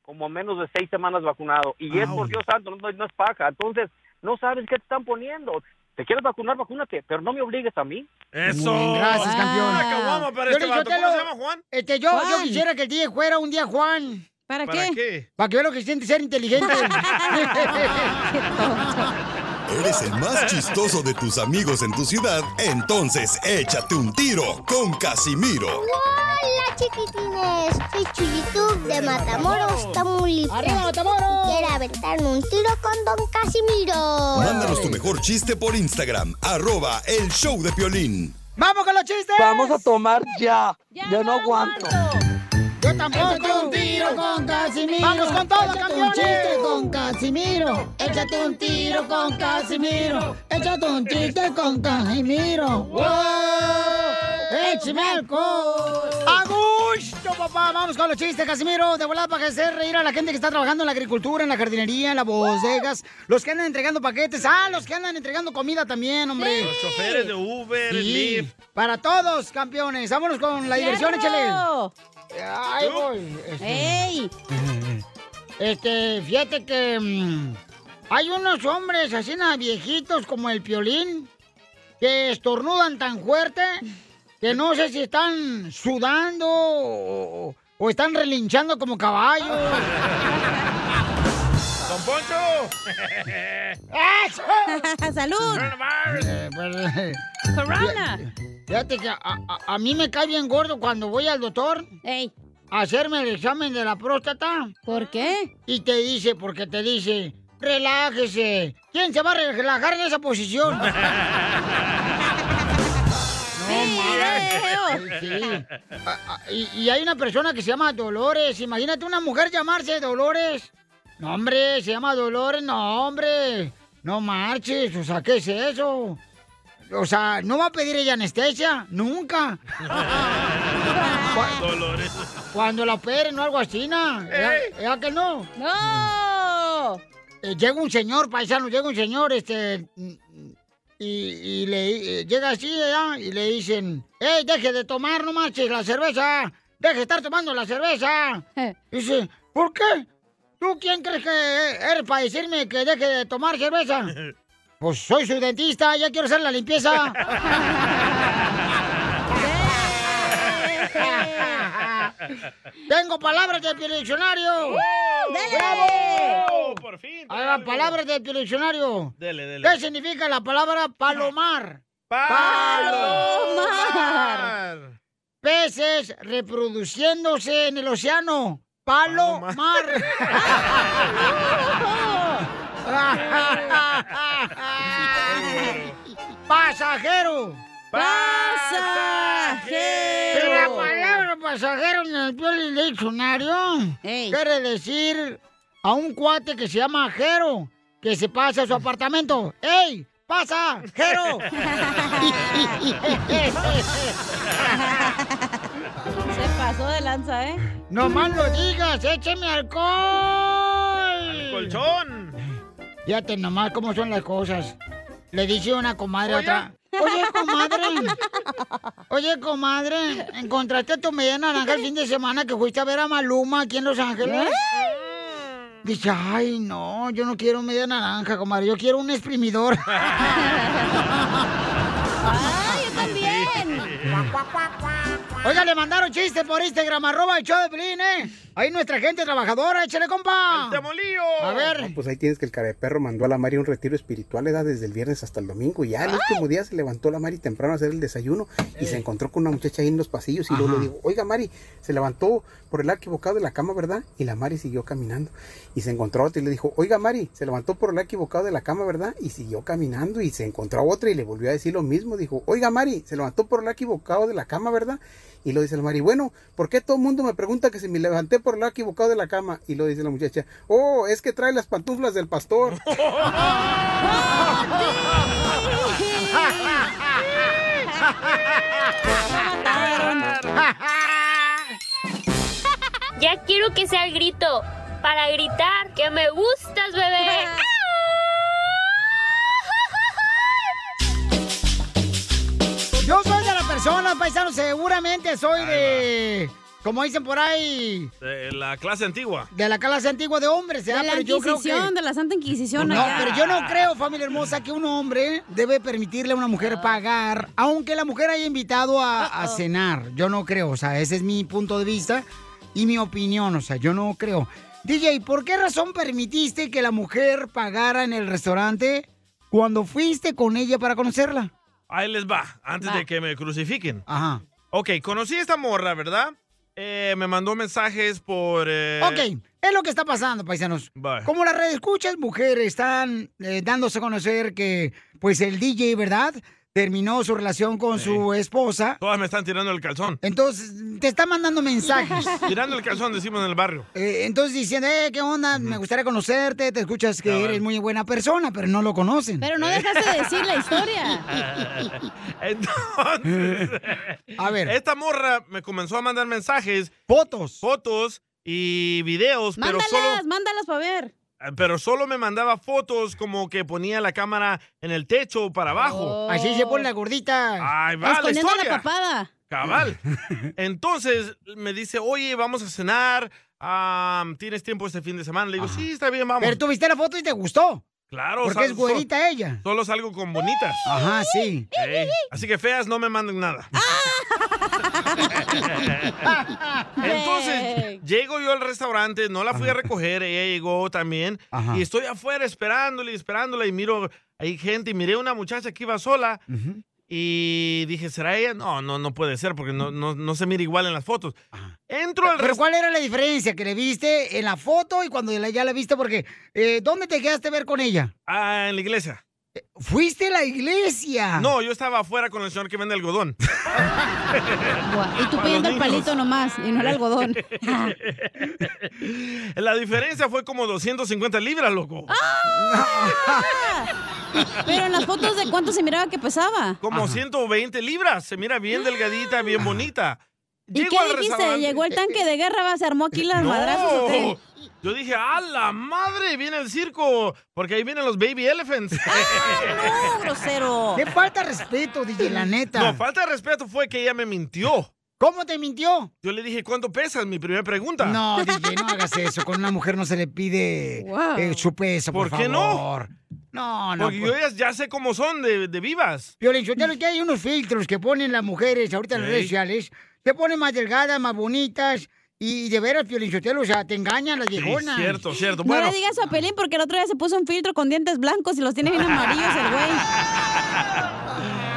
como a menos de seis semanas vacunado. Y es por Dios santo, no, no es paja. Entonces, no sabes qué te están poniendo. Te quieres vacunar, vacúnate, pero no me obligues a mí. Muy Oh, bien, gracias, campeón. Una caguama para Yo este le- vato. yo te ¿Cómo lo- se llama, Juan? Este, yo, yo Juan. quisiera que el día fuera un día Juan. ¿Para, ¿Para qué? qué? Para que vea lo que siente ser inteligente. Eres el más chistoso de tus amigos en tu ciudad, entonces échate un tiro con Casimiro. ¡Hola, chiquitines! Soy Chuyitub de Matamoros, Tamaulipas. ¡Arriba, Matamoros! Quiero aventarme un tiro con Don Casimiro. Mándanos tu mejor chiste por Instagram, arroba el show de Piolín. ¡Vamos con los chistes! ¡Vamos a tomar ya! ¡Yo no aguanto! Yo tampoco. Échate un tiro con Casimiro. Vamos con todo, Échate campeones. un chiste con Casimiro. Échate un tiro con Casimiro. Échate un chiste con Casimiro. ¡Wow! ¡Échame alcohol! ¡A gusto, papá! Vamos con los chistes, Casimiro. De volada para hacer reír a la gente que está trabajando en la agricultura, en la jardinería, en las bodegas. Los que andan entregando paquetes. ¡Ah, los que andan entregando comida también, hombre! Los choferes de Uber, Sí, Lyft. Para todos, campeones. Vámonos con la diversión, ¡Fierro! échale. Ahí voy. Este, ¡Ey! este, fíjate que mm, Hay unos hombres así nada viejitos como el piolín que estornudan tan fuerte que no sé si están sudando o, o están relinchando como caballos. ¡Don Poncho! ¡Salud! Eh, pues, Corona. Fíjate que a, a- a mí me cae bien gordo cuando voy al doctor a hacerme el examen de la próstata. ¿Por qué? Y te dice, porque te dice, relájese. ¿Quién se va a relajar en esa posición? Sí. Y, y hay una persona que se llama Dolores. Imagínate una mujer llamarse Dolores. No, hombre, se llama Dolores. No, hombre. No marches. O sea, ¿qué es eso? O sea, ¿no va a pedir ella anestesia? Nunca. Dolores. Cuando la operen o algo así, ¿na? ¿Ya- ya que no? ¡No! llega un señor, paisano, llega un señor, este... mm, Y, y le eh, llega así, ¿ya? Y le dicen, ¡Ey, deje de tomar, no marches, la cerveza! ¡Deje de estar tomando la cerveza! Dice, ¿por qué? ¿Tú quién crees que eh, eres para decirme que deje de tomar cerveza? Pues soy su dentista, ya quiero hacer la limpieza. Tengo palabras del diccionario. dale! ¡Bravo! Por fin. Ahí va, palabras del diccionario. Dele, dele. ¿Qué significa la palabra palomar? Palomar. Peces reproduciéndose en el océano. Palomar. Pasajero. Pasajero. La palabra pasajero en el Piolín diccionario quiere decir a un cuate que se llama Jero que se pasa a su apartamento. ¡Ey! ¡Pasa! ¡Jero! Eh, Se pasó de lanza, ¿eh? ¡No más lo digas! ¡Écheme alcohol! colchón! Fíjate nomás cómo son las cosas. Le dice una comadre a otra. Oye, comadre. Oye, comadre. ¿Encontraste a tu media naranja el fin de semana que fuiste a ver a Maluma aquí en Los Ángeles? Dice, ay, no, yo no quiero media naranja, comadre. Yo quiero un exprimidor. ¡Ay, yo también! Oiga, le mandaron chistes por Instagram, arroba el show de Pelín, ¿eh? Ahí nuestra gente trabajadora, échale, compa. A ver. No, pues ahí tienes que el cara de perro mandó a la Mari a un retiro espiritual, edad desde el viernes hasta el domingo. y Ya el último día se levantó la Mari temprano a hacer el desayuno y se encontró con una muchacha ahí en los pasillos. Y luego Ajá. le digo, oiga Mari, se levantó por el lado equivocado de la cama, ¿verdad? Y la Mari siguió caminando. Y se encontró a otra y le dijo, oiga Mari, se levantó por el lado equivocado de la cama, ¿verdad? Y siguió caminando y se encontró a otra y le volvió a decir lo mismo. Dijo, oiga Mari, se levantó por el lado equivocado de la cama, ¿verdad? Y lo dice la Mari, bueno, ¿por qué todo el mundo me pregunta que si me levanté por el lado equivocado de la cama? Y lo dice la muchacha, oh, es que trae las pantuflas del pastor. Oh, Ya quiero que sea el grito para gritar que me gustas, bebé. Yo soy de la persona, paisano, seguramente soy de. Como dicen por ahí, De eh, la clase antigua. de la clase antigua de hombres, ¿verdad? De la Pero yo creo que- Inquisición, de la Santa Inquisición. No, allá. pero yo no creo, familia hermosa, que un hombre debe permitirle a una Ah. mujer pagar, aunque la mujer haya invitado a, a cenar. Yo no creo, o sea, ese es mi punto de vista y mi opinión, o sea, yo no creo. DJ, ¿por qué razón permitiste que la mujer pagara en el restaurante cuando fuiste con ella para conocerla? Ahí les va, antes de que me crucifiquen. Ajá. Ok, conocí a esta morra, ¿verdad? Eh, me mandó mensajes por... eh, Ok, es lo que está pasando, paisanos. Bye. Como las redes escuchas, mujeres están eh, dándose a conocer que, pues, el DJ, ¿verdad? Terminó su relación con su esposa. Todas me están tirando el calzón. Entonces, te está mandando mensajes. Tirando el calzón, decimos en el barrio. Eh, entonces diciendo, eh, ¿qué onda? Me gustaría conocerte, te escuchas que eres muy buena persona, pero no lo conocen. Pero no dejaste de decir la historia. Entonces, a ver. Esta morra me comenzó a mandar mensajes. Fotos. Fotos y videos, Mándalas, pero solo Ah, mándalas para ver. pero solo me mandaba fotos como que ponía la cámara en el techo para abajo. Así se pone la gordita. Ahí va la Oh. Escondiendo la, historia. papada. Cabal. Entonces me dice, oye, vamos a cenar. ah, ¿Tienes tiempo este fin de semana? Le digo, sí, está bien, vamos. Pero tú viste la foto y te gustó. Claro. Porque sal- es güerita sol- ella. Solo salgo con bonitas. Ajá, sí. Ey, Así que feas no me manden nada. Entonces, llego yo al restaurante, no la fui a recoger, ella llegó también. Ajá. Y estoy afuera esperándola y esperándola y miro, hay gente y miré una muchacha que iba sola. Y dije, ¿será ella? No, no, no puede ser porque no, no, no se mira igual en las fotos. Entro al Pero restaurante. ¿cuál era la diferencia que le viste en la foto y cuando la- ya la viste? Porque, eh, ¿dónde te quedaste a ver con ella? Ah, en la iglesia. ¿Fuiste a la iglesia? No, yo estaba afuera con el señor que vende algodón. Y tú Para pidiendo los niños. el palito nomás y no el algodón. La diferencia fue como 250 libras, loco. Pero en las fotos de cuánto se miraba que pesaba. Como 120 libras. Se mira bien delgadita, bien bonita. ¿Y qué dijiste? ¿Llegó el tanque de guerra? ¿Se armó aquí las No. madrazos o qué? Yo dije, ¡a la madre! Viene el circo. Porque ahí vienen los baby elephants. no, grosero! ¡Qué falta de respeto, DJ, la neta! No, falta de respeto fue que ella me mintió. ¿Cómo te mintió? Yo le dije, ¿cuánto pesas? Mi primera pregunta. No, DJ, no hagas eso. Con una mujer no se le pide Wow. eh, su peso, por, ¿Por qué favor. no? No, no. Porque pues. yo ya, ya sé cómo son de, de vivas. Piolín, yo te lo- que hay unos filtros que ponen las mujeres ahorita en las Ey. redes sociales. Se ponen más delgadas, más bonitas. Y de veras, Piolín, Sotelo, o sea, te engañan las viejonas. cierto, cierto. No le digas a Pelín porque el otro día se puso un filtro con dientes blancos y los tiene bien amarillos el güey.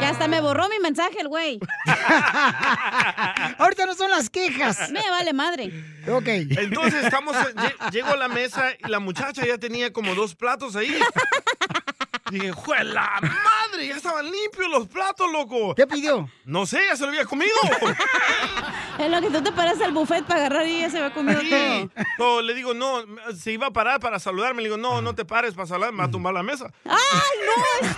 Y hasta me borró mi mensaje el güey. Ahorita no son las quejas. Me vale madre. Ok. Entonces estamos, lle- llego a la mesa y la muchacha ya tenía como dos platos ahí. Dije, ¡juela madre! Ya estaban limpios los platos, loco. ¿Qué pidió? No sé, ya se lo había comido. Es lo que tú te paras al buffet para agarrar y ya se va comiendo todo. Sí. No, le digo, no, se iba a parar para saludarme. Le digo, no, no te pares para saludarme, me va a tumbar la mesa. ¡Ay,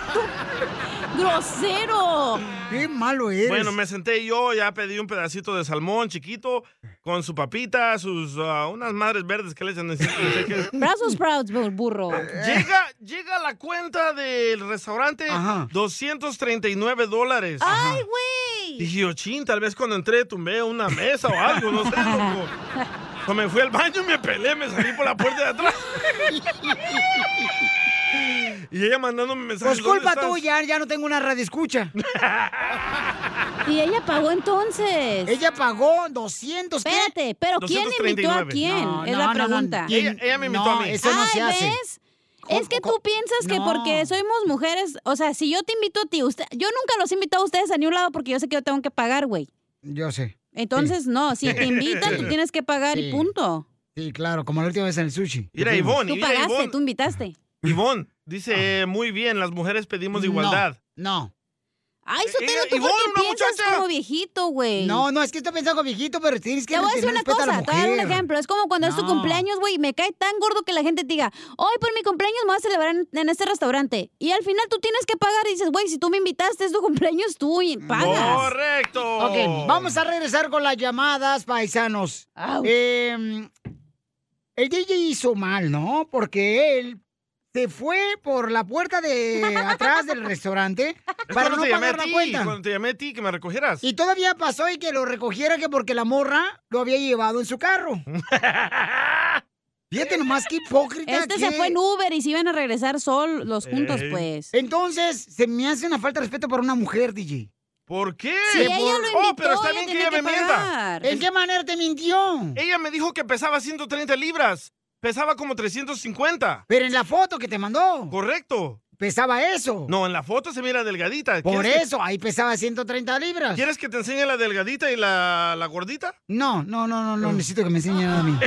no! ¡Grosero! ¡Qué malo eres! Bueno, me senté yo, ya pedí un pedacito de salmón chiquito con su papita, sus ah, unas madres verdes que le echan. no sé qué. Brazos sprouts, bu- burro. Llega, llega la cuenta del restaurante, Pues, 239 dólares. ¡Ay, güey! Dije yo, chin, tal vez cuando entré tumbé una mesa o algo, no sé, loco. Cuando me fui al baño y me pelé, me salí por la puerta de atrás. Y ella mandándome mensajes. Pues culpa "¿Dónde estás?". tuya, ya no tengo una radio escucha. ¿Y ella pagó entonces? Ella pagó 200. ¿qué? Espérate, pero ¿quién invitó a quién? No, es no, la no, no, pregunta. ¿quién? No, Eso no Ay, se hace. ¿ves? Es que tú piensas que No. porque somos mujeres, o sea, si yo te invito a ti, usted, yo nunca los invito a ustedes a ningún lado porque yo sé que yo tengo que pagar, güey. Yo sé. Entonces, no, si te invitan, tú tienes que pagar Sí. y punto. Sí, claro, como la última vez en el sushi. Mira, Fuimos. Ivonne, Tú mira, pagaste, Ivonne. tú invitaste. Ivonne dice, "Eh, muy bien, las mujeres pedimos igualdad. No. Ay, Sotelo, Ella- tú por Ivonne, qué una piensas eh, muchacha. como viejito, güey. No, no, es que estoy pensando con viejito, pero tienes que Te voy a decir tener una respeto a la cosa, te voy a dar un mujer. ejemplo. Es como cuando es tu No. cumpleaños, güey, y me cae tan gordo que la gente te diga, hoy por mi cumpleaños me voy a celebrar en, en este restaurante. Y al final tú tienes que pagar y dices, güey, si tú me invitaste, es tu cumpleaños, tú y pagas. Correcto. Ok, vamos a regresar con las llamadas, paisanos. Au. Eh, el DJ hizo mal, ¿no? Porque él se fue por la puerta de atrás del restaurante Es para cuando no te llamé a pagar la ti, cuenta. Cuando te llamé a ti, que me recogieras. Y todavía pasó y que lo recogiera que porque la morra lo había llevado en su carro. Fíjate nomás qué hipócrita. Este se qué- fue en Uber y se iban a regresar sol los juntos, Ey. pues. Entonces, se me hace una falta de respeto para una mujer, DJ. ¿Por qué? Si ella lo invitó, oh, pero está ella bien que tiene ella que me pagar. mienta. ¿En qué manera te mintió? Ella me dijo que pesaba 130 libras. Pesaba como 350. Pero en la foto que te mandó. Correcto. Pesaba eso. No, en la foto se mira delgadita. Por ¿Quieres que- eso, ahí pesaba 130 libras. ¿Quieres que te enseñe la delgadita y la, la gordita? No, no, no, no, no necesito que me enseñen a mí.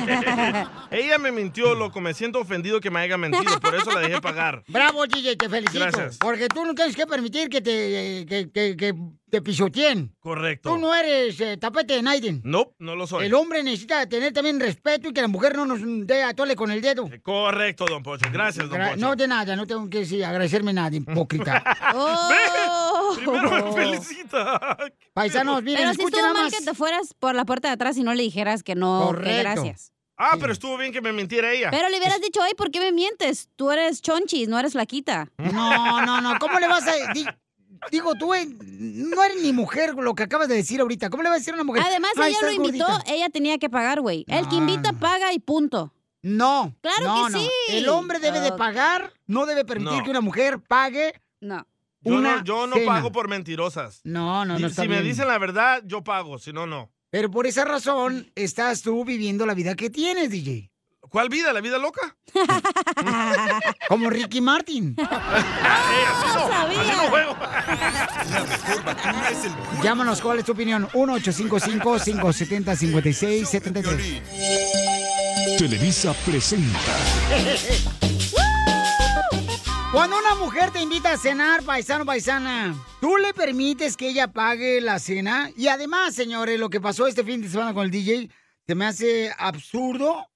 Ella me mintió, loco. Me siento ofendido que me haya mentido. Por eso la dejé pagar. Bravo, DJ, te felicito. Gracias. Porque tú no tienes que permitir que te, eh, que, que- que te pisoteen. Correcto. Tú no eres eh, tapete de Naiden. No, no lo soy. El hombre necesita tener también respeto y que la mujer no nos dé a tole con el dedo. Correcto, don Pocho. Gracias, don Gra- Pocho. No, de nada, no tengo que decir, agradecerme nada, hipócrita. ¡Oh! Primero me felicita. Paisanos, miren, Pero si escuchen estuvo nada mal más. que te fueras por la puerta de atrás y no le dijeras que no, que Correcto. gracias. Ah, pero estuvo bien que me mintiera ella. Pero le hubieras dicho, ay, ¿por qué me mientes? Tú eres chonchis, no eres flaquita. No, no, no, ¿cómo le vas a...? di- digo, tú eh, no eres ni mujer lo que acabas de decir ahorita. ¿Cómo le vas a decir a una mujer? Además, "Ay, ella lo estás invitó, gordita"? ella tenía que pagar, güey. El que invita, paga y punto. Ah. No. Claro no, que no. sí. El hombre debe de Ah, Ok. pagar, no debe permitir No. que una mujer pague. No. Yo no, yo no pago por mentirosas. No, no, no Di- está Si me bien. dicen la verdad, yo pago, si no, no. Pero por esa razón estás tú viviendo la vida que tienes, DJ. ¿Cuál vida? ¿La vida loca? Como Ricky Martin. no, así no juego. Llámanos, ¿cuál es tu opinión? 1-855-570-5673. Televisa presenta Cuando una mujer te invita a cenar, paisano, paisana, ¿tú le permites que ella pague la cena? Y además, señores, lo que pasó este fin de semana con el DJ se me hace absurdo,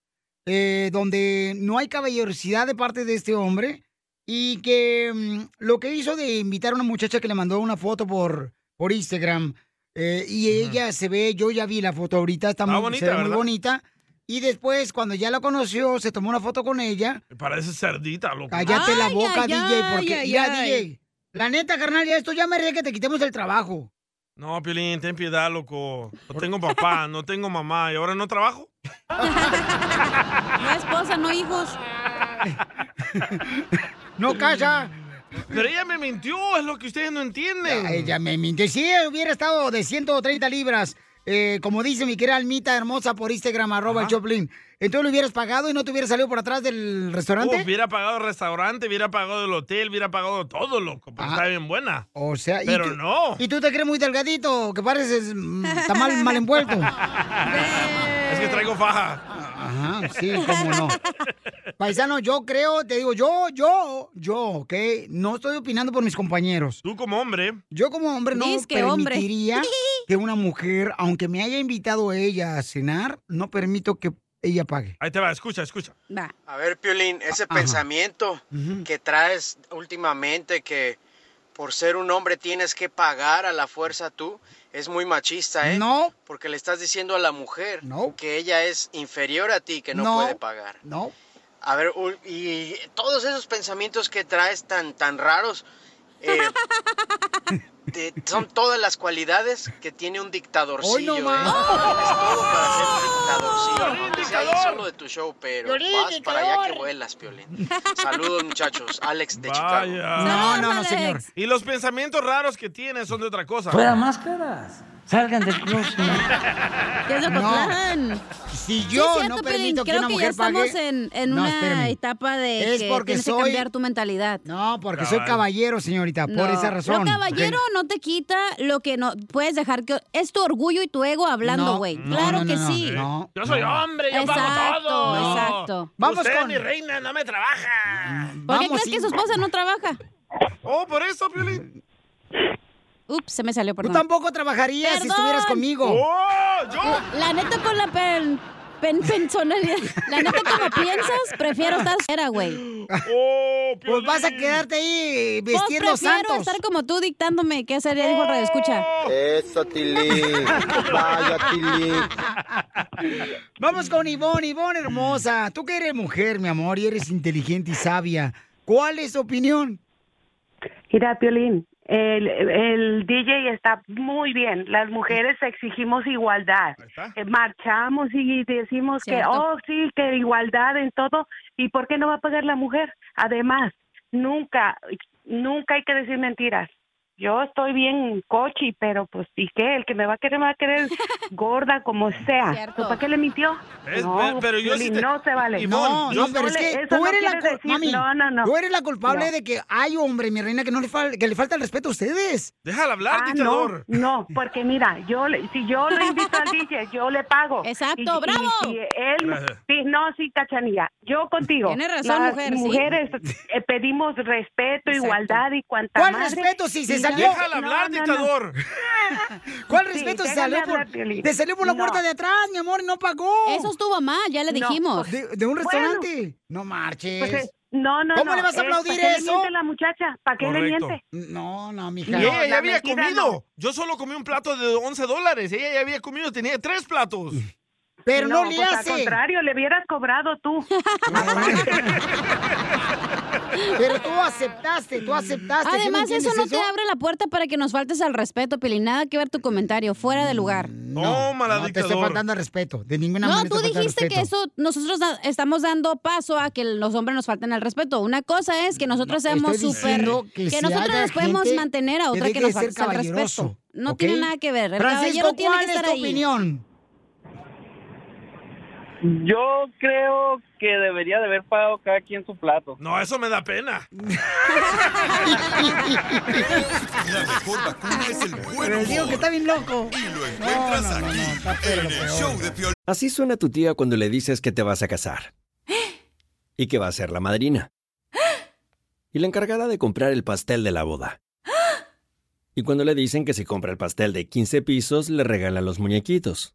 eh, donde no hay caballerosidad de parte de este hombre y que mm, lo que hizo de invitar a una muchacha que le mandó una foto por, por Instagram eh, y ella se ve, yo ya vi la foto ahorita, está, Está muy, bonita, se ve muy ¿verdad? bonita. Y después, cuando ya la conoció, se tomó una foto con ella. Parece cerdita, loco. Cállate la boca, DJ, porque ay, mira, ay. DJ. La neta, carnal, ya esto ya merece que te quitemos el trabajo. No, Piolín, ten piedad, loco. No tengo papá, no tengo mamá y ahora no trabajo. No esposa, no hijos. No casa. Pero ella me mintió, es lo que ustedes no entienden. Ya, ella me mintió. Si ella hubiera estado de 130 libras, eh, como dice mi querida Almita hermosa por Instagram, arroba el Choplin, entonces lo hubieras pagado y no te hubieras salido por atrás del restaurante. Uh, hubiera pagado el restaurante, hubiera pagado el hotel, hubiera pagado todo, loco. Ah. Pero está bien buena. O sea, y Pero tú- no. Y tú te crees muy delgadito, que pareces mm, está mal, mal envuelto. Ah. Es que traigo faja. Ajá, sí, cómo no. Paisano, yo creo, te digo, yo, yo, yo, ¿ok? No estoy opinando por mis compañeros. Tú como hombre. Yo como hombre no Dizque hombre. permitiría que una mujer, aunque me haya invitado ella a cenar, no permito que ella pague. Ahí te va, escucha, escucha. A ver, Piolín, ese pensamiento que traes últimamente que por ser un hombre tienes que pagar a la fuerza tú, es muy machista, ¿eh? No. Porque le estás diciendo a la mujer que ella es inferior a ti, que no, No. puede pagar. No. A ver, ul- y todos esos pensamientos que traes tan, tan raros, eh, te- son todas las cualidades que tiene un dictadorcillo, Hoy no ¿eh? más. Es todo para ser un dictadorcillo. Piolín No te sé ahí dictador. solo de tu show, pero Piolín vas para allá dictador. que vuelas, Piolín. Saludos, muchachos. Alex de Vaya. Chicago. Y los pensamientos raros que tienes son de otra cosa. Fuera máscaras. Salgan del closet. ¿Qué es de Ocotlán? Si Sí, yo es cierto, no Pelín, permito que creo una que mujer ya estamos pague- en, en No, una espérame. etapa de Es que porque tienes soy- que cambiar tu mentalidad. No, porque soy Cabal. caballero, señorita, por esa razón. Lo caballero no te quita lo que no puedes dejar que es tu orgullo y tu ego hablando, No, güey. no, no, claro no, que no, sí. no, Yo soy no. hombre, yo pago Exacto, todo. exacto. Vamos Usted, con- mi reina, no me trabaja. ¿Por qué crees que su esposa no trabaja? Oh, por eso, Piolín. Ups, se me salió, perdón. Tú tampoco trabajarías si estuvieras conmigo. Oh, La neta con la pen, pen- personalidad. La neta como piensas, prefiero estar soltera, güey. Oh, pues vas a quedarte ahí Pues vistiendo prefiero santos. estar como tú dictándome qué hacer, ya dijo el radio, escucha. Eso, Tilín. Vaya, Vamos con Ivonne, Ivonne Mm. hermosa. Tú que eres mujer, mi amor, y eres inteligente y sabia. ¿Cuál es tu opinión? Mira, Piolín, el, el DJ está muy bien. Las mujeres exigimos igualdad. Eh, Marchamos y decimos Cierto. que, oh, sí, que igualdad en todo. ¿Y por qué no va a pagar la mujer? Además, nunca, nunca hay que decir mentiras. Yo estoy bien cochi, pero pues, ¿y qué? El que me va a querer, me va a querer gorda como sea. Cierto. ¿Para qué le mintió? Es- no, pe- pero yo sí Piolín, te- no se vale. no, no, pero es le- que eso tú no eres la quiere cul- decir- mami, no, no, no. Tú eres la culpable No. de que hay hombre, mi reina, que no le fal- que le falta el respeto a ustedes. Déjala hablar, Ah, no, no, porque mira, yo le- si yo lo invito al DJ, yo le pago. Exacto, bravo. él, Gracias. sí, no, sí, cachanilla, yo contigo. Tienes razón, Las mujer, sí. mujeres eh, pedimos respeto, Exacto. igualdad y cuanta ¿Cuál madre, respeto si se y salió? no- no, no, no. ¿Cuál Sí, respeto si déjame salió por, hablar, Piolín. te salió por la No. puerta de atrás, mi amor, y no pagó? Eso estuvo mal, ya le dijimos. De, de un Bueno. restaurante. no marches. Pues, eh, no, no, ¿Cómo no, le vas a es, eh, aplaudir ¿para qué le eso? miente la muchacha? ¿Para qué le miente? No, no, Y mija. ella ya la había mentira comido. no. Yo solo comí un plato de 11 dólares. Ella ya había comido, tenía tres platos. pues, Al contrario, le hubieras cobrado tú. Pero tú aceptaste, tú aceptaste. ¿sí me Además, eso entiendes no te abre la puerta para que nos faltes al respeto, Pelín. Nada que ver tu comentario, fuera de lugar. No, Tómala, no te estoy dictador. faltando al respeto. De ninguna No, manera. tú te estoy dijiste que faltando eso, nosotros da- estamos dando paso a que los hombres nos falten al respeto. Una cosa es que nosotros al respeto. seamos Estoy súper. diciendo Que, si nosotros haya nos podemos gente mantener a otra que deje nos de ser falte al caballeroso, respeto. No ¿ok? tiene nada que ver. El Francisco, caballero tiene que ¿cuál es estar tu ahí. opinión? Yo creo que debería de haber pagado cada quien su plato. No, eso me da pena. Pero el digo que está bien loco. En el show de Piolín. Así suena tu tía cuando le dices que te vas a casar. Y que va a ser la madrina. Y la encargada de comprar el pastel de la boda. Y cuando le dicen que si compra el pastel de 15 pisos, le regalan los muñequitos.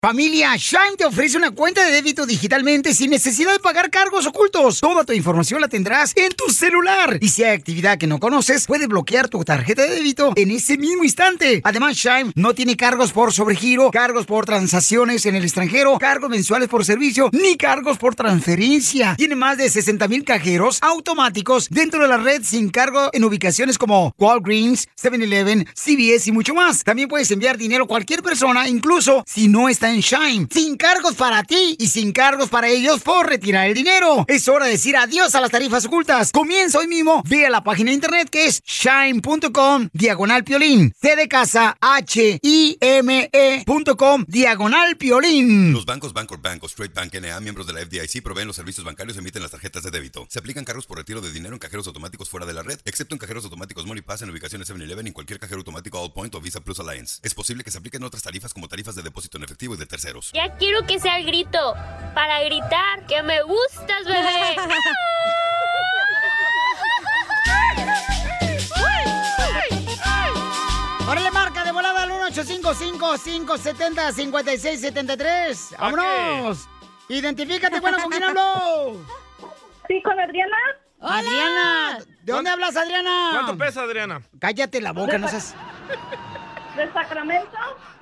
Familia, Shine te ofrece una cuenta de débito digitalmente sin necesidad de pagar cargos ocultos. Toda tu información la tendrás en tu celular. Y si hay actividad que no conoces, puedes bloquear tu tarjeta de débito en ese mismo instante. Además, Shine no tiene cargos por sobregiro, cargos por transacciones en el extranjero, cargos mensuales por servicio, ni cargos por transferencia. Tiene más de 60 mil cajeros automáticos dentro de la red sin cargo en ubicaciones como Walgreens, 7-Eleven, CVS y mucho más. También puedes enviar dinero a cualquier persona, incluso si no está en Shine. Sin cargos para ti y sin cargos para ellos por retirar el dinero. Es hora de decir adiós a las tarifas ocultas. Comienza hoy mismo. Ve a la página de internet que es shine.com diagonal piolín. C de casa H I M E.com diagonal piolín. Los bancos Bancorp Bank o Straight Bank NA, miembros de la FDIC, proveen los servicios bancarios y emiten las tarjetas de débito. Se aplican cargos por retiro de dinero en cajeros automáticos fuera de la red, excepto en cajeros automáticos MoneyPass en ubicaciones 7-Eleven y en cualquier cajero automático Allpoint o Visa Plus Alliance. Es posible que se apliquen otras tarifas como tarifas de depósito en efectivo y de terceros. Ya quiero que sea el grito para gritar que me gustas, bebé. Órale, marca de volada al 1-855-570-5673. ¡Vámonos! Identifícate, bueno, ¿con quién hablo? Sí, con Adriana. Adriana, ¿de dónde hablas, Adriana? ¿Cuánto pesa, Adriana? Cállate la boca, no seas... ¿De Sacramento?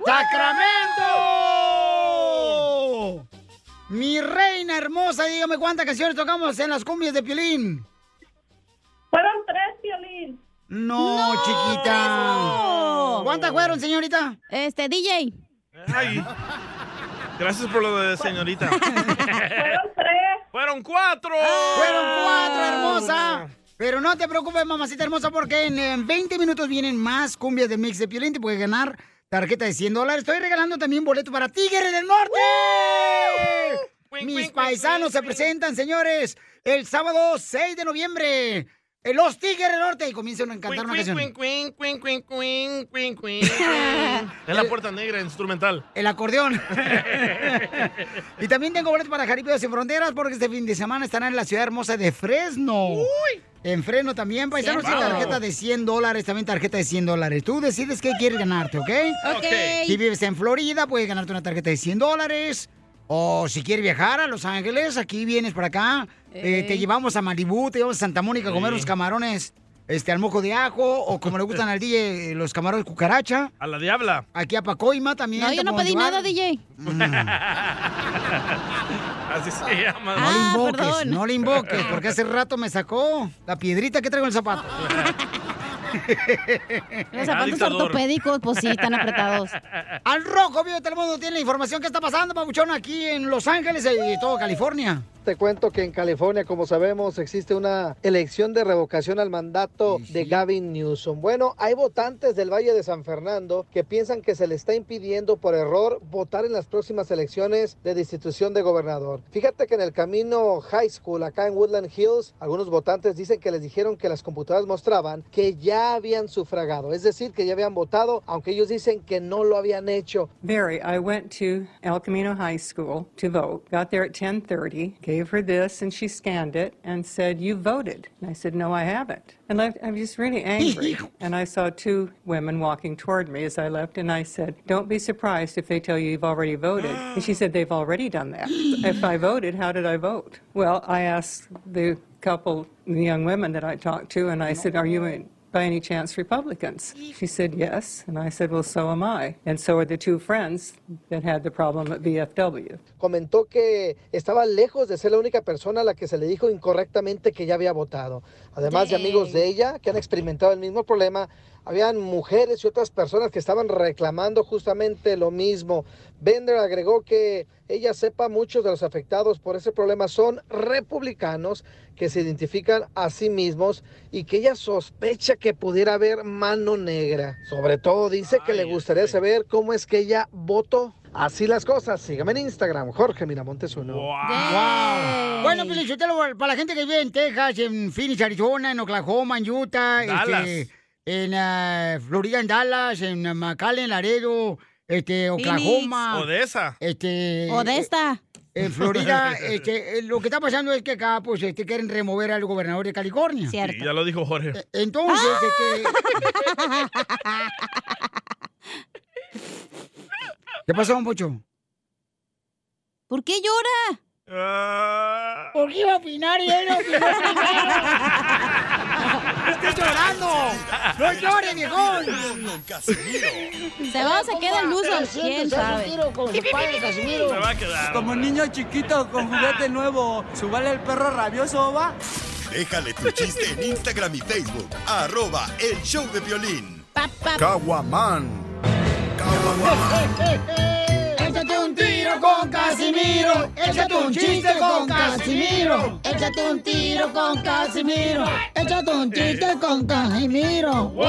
¡Sacramento! Mi reina hermosa, dígame cuántas canciones tocamos en las cumbias de Piolín. Fueron tres, Piolín. No, No, chiquita. no. ¿Cuántas fueron, señorita? Oh. Este, DJ. Ay. Gracias por lo de señorita. Fueron tres. Fueron cuatro. Fueron cuatro, hermosa. Pero no te preocupes, mamacita hermosa, porque en, eh, 20 minutos vienen más cumbias de Mix de Piolín. Te puedes ganar tarjeta de 100 dólares. Estoy regalando también boleto para Tigres del Norte. Mis paisanos se presentan, señores, el sábado 6 de noviembre. eh, Los Tigres del Norte. Y comienzan a cantar una canción. Queen, queen, queen, queen, queen, queen, queen. Es la puerta negra instrumental. El acordeón. y también tengo boletos para Jaripeos sin Fronteras porque este fin de semana estarán en la ciudad hermosa de Fresno. En Fresno también, paisanos, y Cierto. tarjeta de 100 dólares, también tarjeta de 100 dólares. Tú decides qué quieres ganarte, ¿ok? Ok. Si vives en Florida, puedes ganarte una tarjeta de 100 dólares. O si quieres viajar a Los Ángeles, aquí vienes para acá. Eh, Ey. te llevamos a Malibú, te llevamos a Santa Mónica a comer Sí. los camarones este, al mojo de ajo, o como le gustan al DJ, eh, los camarones cucaracha. A la diabla. Aquí a Pacoima también. No, yo te no podemos pedí llevar. nada, DJ. Así se llama. No Ah, le invoques, no le invoques, porque hace rato me sacó la piedrita que traigo en el zapato. Los zapatos ortopédicos, pues sí, están apretados. Al rojo, vivo de Telemundo tiene la información que está pasando, papuchón, aquí en Los Ángeles y todo California. Te cuento que en California, como sabemos, existe una elección de revocación al mandato de Gavin Newsom. Bueno, hay votantes del Valle de San Fernando que piensan que se le está impidiendo por error votar en las próximas elecciones de destitución de gobernador. Fíjate que en el camino High School, acá en Woodland Hills, algunos votantes dicen que les dijeron que las computadoras mostraban que ya habían sufragado, es decir, que ya habían votado, aunque ellos dicen que no lo habían hecho. Barry, I went to El Camino High School to vote. Got there at 10:30, gave her this, and she scanned it and said, "You voted." And I said, "No, I haven't." And left, I was really angry. and I saw two women walking toward me as I left, and I said, "Don't be surprised if they tell you you've already voted." and she said, "They've already done that. if I voted, how did I vote?" Well, I asked the couple, the young women that I talked to, and I said, "Are you in?" by any chance Republicans? She said, yes. And I said, well, so am I. And so are the two friends that had the problem at VFW. comentó que estaba lejos de ser la única persona a la que se le dijo incorrectamente que ya había votado. Además de Dang. amigos de ella que han experimentado el mismo problema, habían mujeres y otras personas que estaban reclamando justamente lo mismo. Bender agregó que ella sepa muchos de los afectados por ese problema son republicanos que se identifican a sí mismos y que ella sospecha que pudiera haber mano negra. Sobre todo dice que le gustaría saber cómo es que ella votó. Así las cosas, sígame en Instagram, Jorge Miramontes uno. ¡Wow! Bueno, Pelichotelo, para la gente que vive en Texas, en Phoenix, Arizona, en Oklahoma, en Utah, Dallas. este, en eh, Florida, en Dallas, en eh, McAllen, Laredo, este, Oklahoma. Odessa. Este, Odessa. eh, En Florida, este, eh, lo que está pasando es que acá, pues, este, quieren remover al gobernador de California. Sí, ya lo dijo Jorge. Eh, Entonces, este... ¿Qué pasó, Pocho? ¿Por qué llora? Ah. ¿Por qué iba a opinar y él no opinó ¡Estoy llorando! ¡No llores, viejón! Se va, se queda el uso, quién sabe. Se va a quedar. Como niño chiquito con juguete nuevo, subale el perro rabioso, va. Déjale tu chiste en Instagram y Facebook. Arroba el show de violín. Caguaman. Échate un tiro con Casimiro, échate un chiste con Casimiro, échate un tiro con Casimiro, échate un chiste con Casimiro. ¡Wow!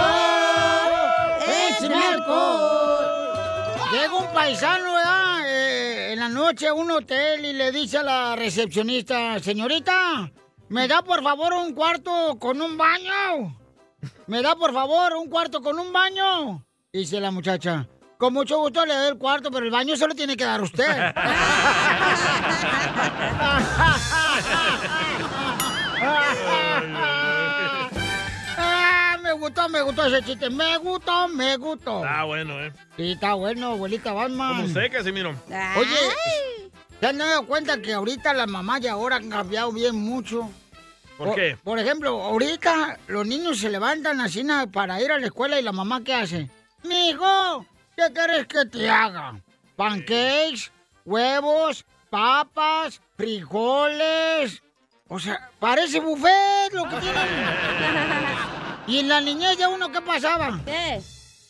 ¡Échame alcohol! Llega un paisano, ¿verdad? Eh, en la noche a un hotel y le dice a la recepcionista, señorita, ¿me da por favor un cuarto con un baño? ¿Me da por favor un cuarto con un baño? Dice la muchacha, con mucho gusto le doy el cuarto, pero el baño solo tiene que dar usted. Ah, me gustó, me gustó ese chiste. Me gustó, me gustó. Está bueno, ¿eh? Sí, está bueno, abuelita Batman. Como usted, Casimiro. Oye, ¿se han dado cuenta que ahorita las mamás ya ahora han cambiado bien mucho? ¿Por qué? Por ejemplo, ahorita los niños se levantan así na, para ir a la escuela y la mamá ¿qué hace? Mijo, ¿qué quieres que te haga? Pancakes, huevos, papas, frijoles. O sea, parece buffet lo que tienen. y en la niñez ya uno, ¿qué pasaba? ¿Qué?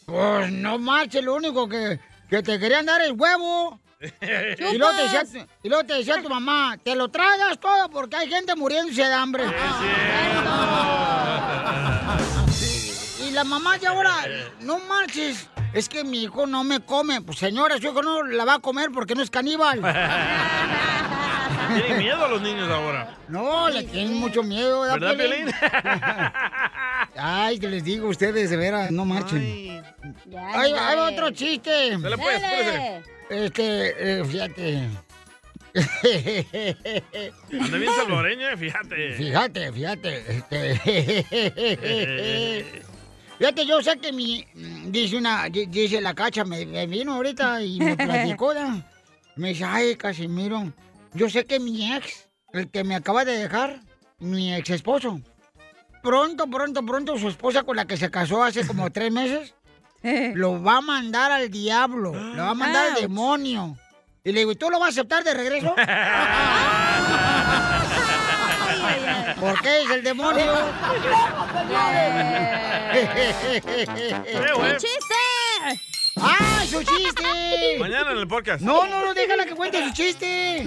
Pues no marche, lo único que, que te querían dar es huevo. Y luego, te decía, y luego te decía tu mamá, te lo tragas todo porque hay gente muriéndose de hambre. Y la mamá ya ahora, no marches. Es que mi hijo no me come. Pues señora, su hijo no la va a comer porque no es caníbal. Tienen miedo a los niños ahora. No, le tienen mucho miedo. ¿Verdad, Piolín? Ay, que les digo a ustedes, de veras, no marchen. Ay, dale. ahí va otro chiste. Dale, pues, Dale. Este, eh, fíjate. Anda bien salvadoreño, eh, fíjate. Fíjate, fíjate. Este... Fíjate, yo sé que mi. Dice una. di- Dice la cacha, me, me vino ahorita y me platicó. ¿no? Me dice, ay, Casimiro. Yo sé que mi ex, el que me acaba de dejar, mi ex esposo, pronto, pronto, pronto su esposa con la que se casó hace como tres meses lo va a mandar al diablo, lo va a mandar al demonio. Y le digo, ¿y tú lo vas a aceptar de regreso? ¿Por qué es el demonio? ¡Qué chiste! ¡Ah, su chiste! Mañana en el podcast. No, no, no, déjala que cuente su chiste.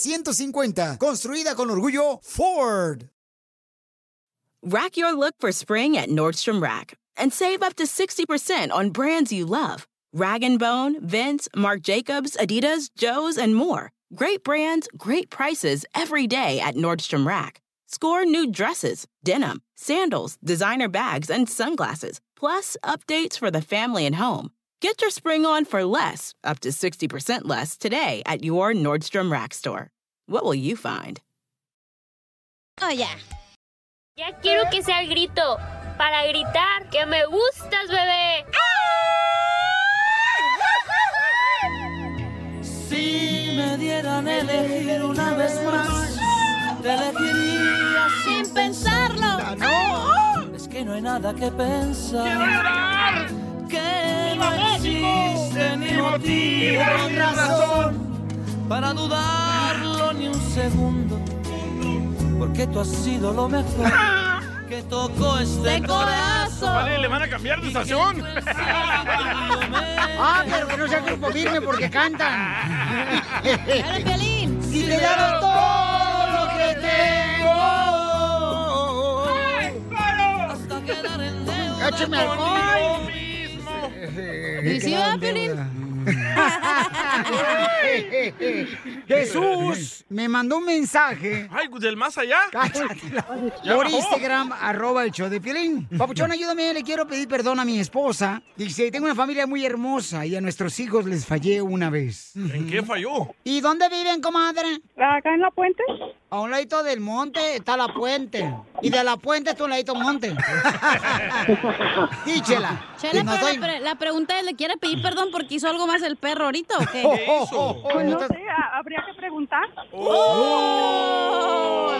150, construida con orgullo Ford. Rack your look for spring at Nordstrom Rack and save up to 60% on brands you love. Rag & Bone, Vince, Marc Jacobs, Adidas, Joe's, and more. Great brands, great prices every day at Nordstrom Rack. Score new dresses, denim, sandals, designer bags, and sunglasses, plus updates for the family and home. Get your spring on for less, up to 60% less, today at your Nordstrom Rack store. What will you find? Oh, yeah. Ya quiero que sea el grito para gritar que me gustas, bebé. Si me dieran a elegir una vez más, te elegiría sin pensarlo. Es que no hay nada que pensar. Que no existe ni motivo ni razón para dudarlo ni un segundo. Porque tú has sido lo mejor que tocó este Vale, corazón. le van a cambiar de estación. Ah, pero que no sea grupo firme porque cantan. Si te daba todo lo que tengo. Hasta quedar en deuda. Écheme alcohol. ¿Y si va, Jesús me mandó un mensaje. Ay, del más allá. Ya Por bajó. Instagram, arroba el show de Piolín. Papuchón, ayúdame, le quiero pedir perdón a mi esposa. Dice, tengo una familia muy hermosa y a nuestros hijos les fallé una vez. ¿En qué falló? ¿Y dónde viven, comadre? Acá en la puente. A un ladito del monte está la puente. Y de la puente está un ladito monte. Sí, Chela. Chela, Y no pero soy- la, pre- la pregunta es, ¿le quiere pedir perdón porque hizo algo más el perro ahorita o qué? ¿Qué hizo? Pues no sé, ha- habría que preguntar. Oh,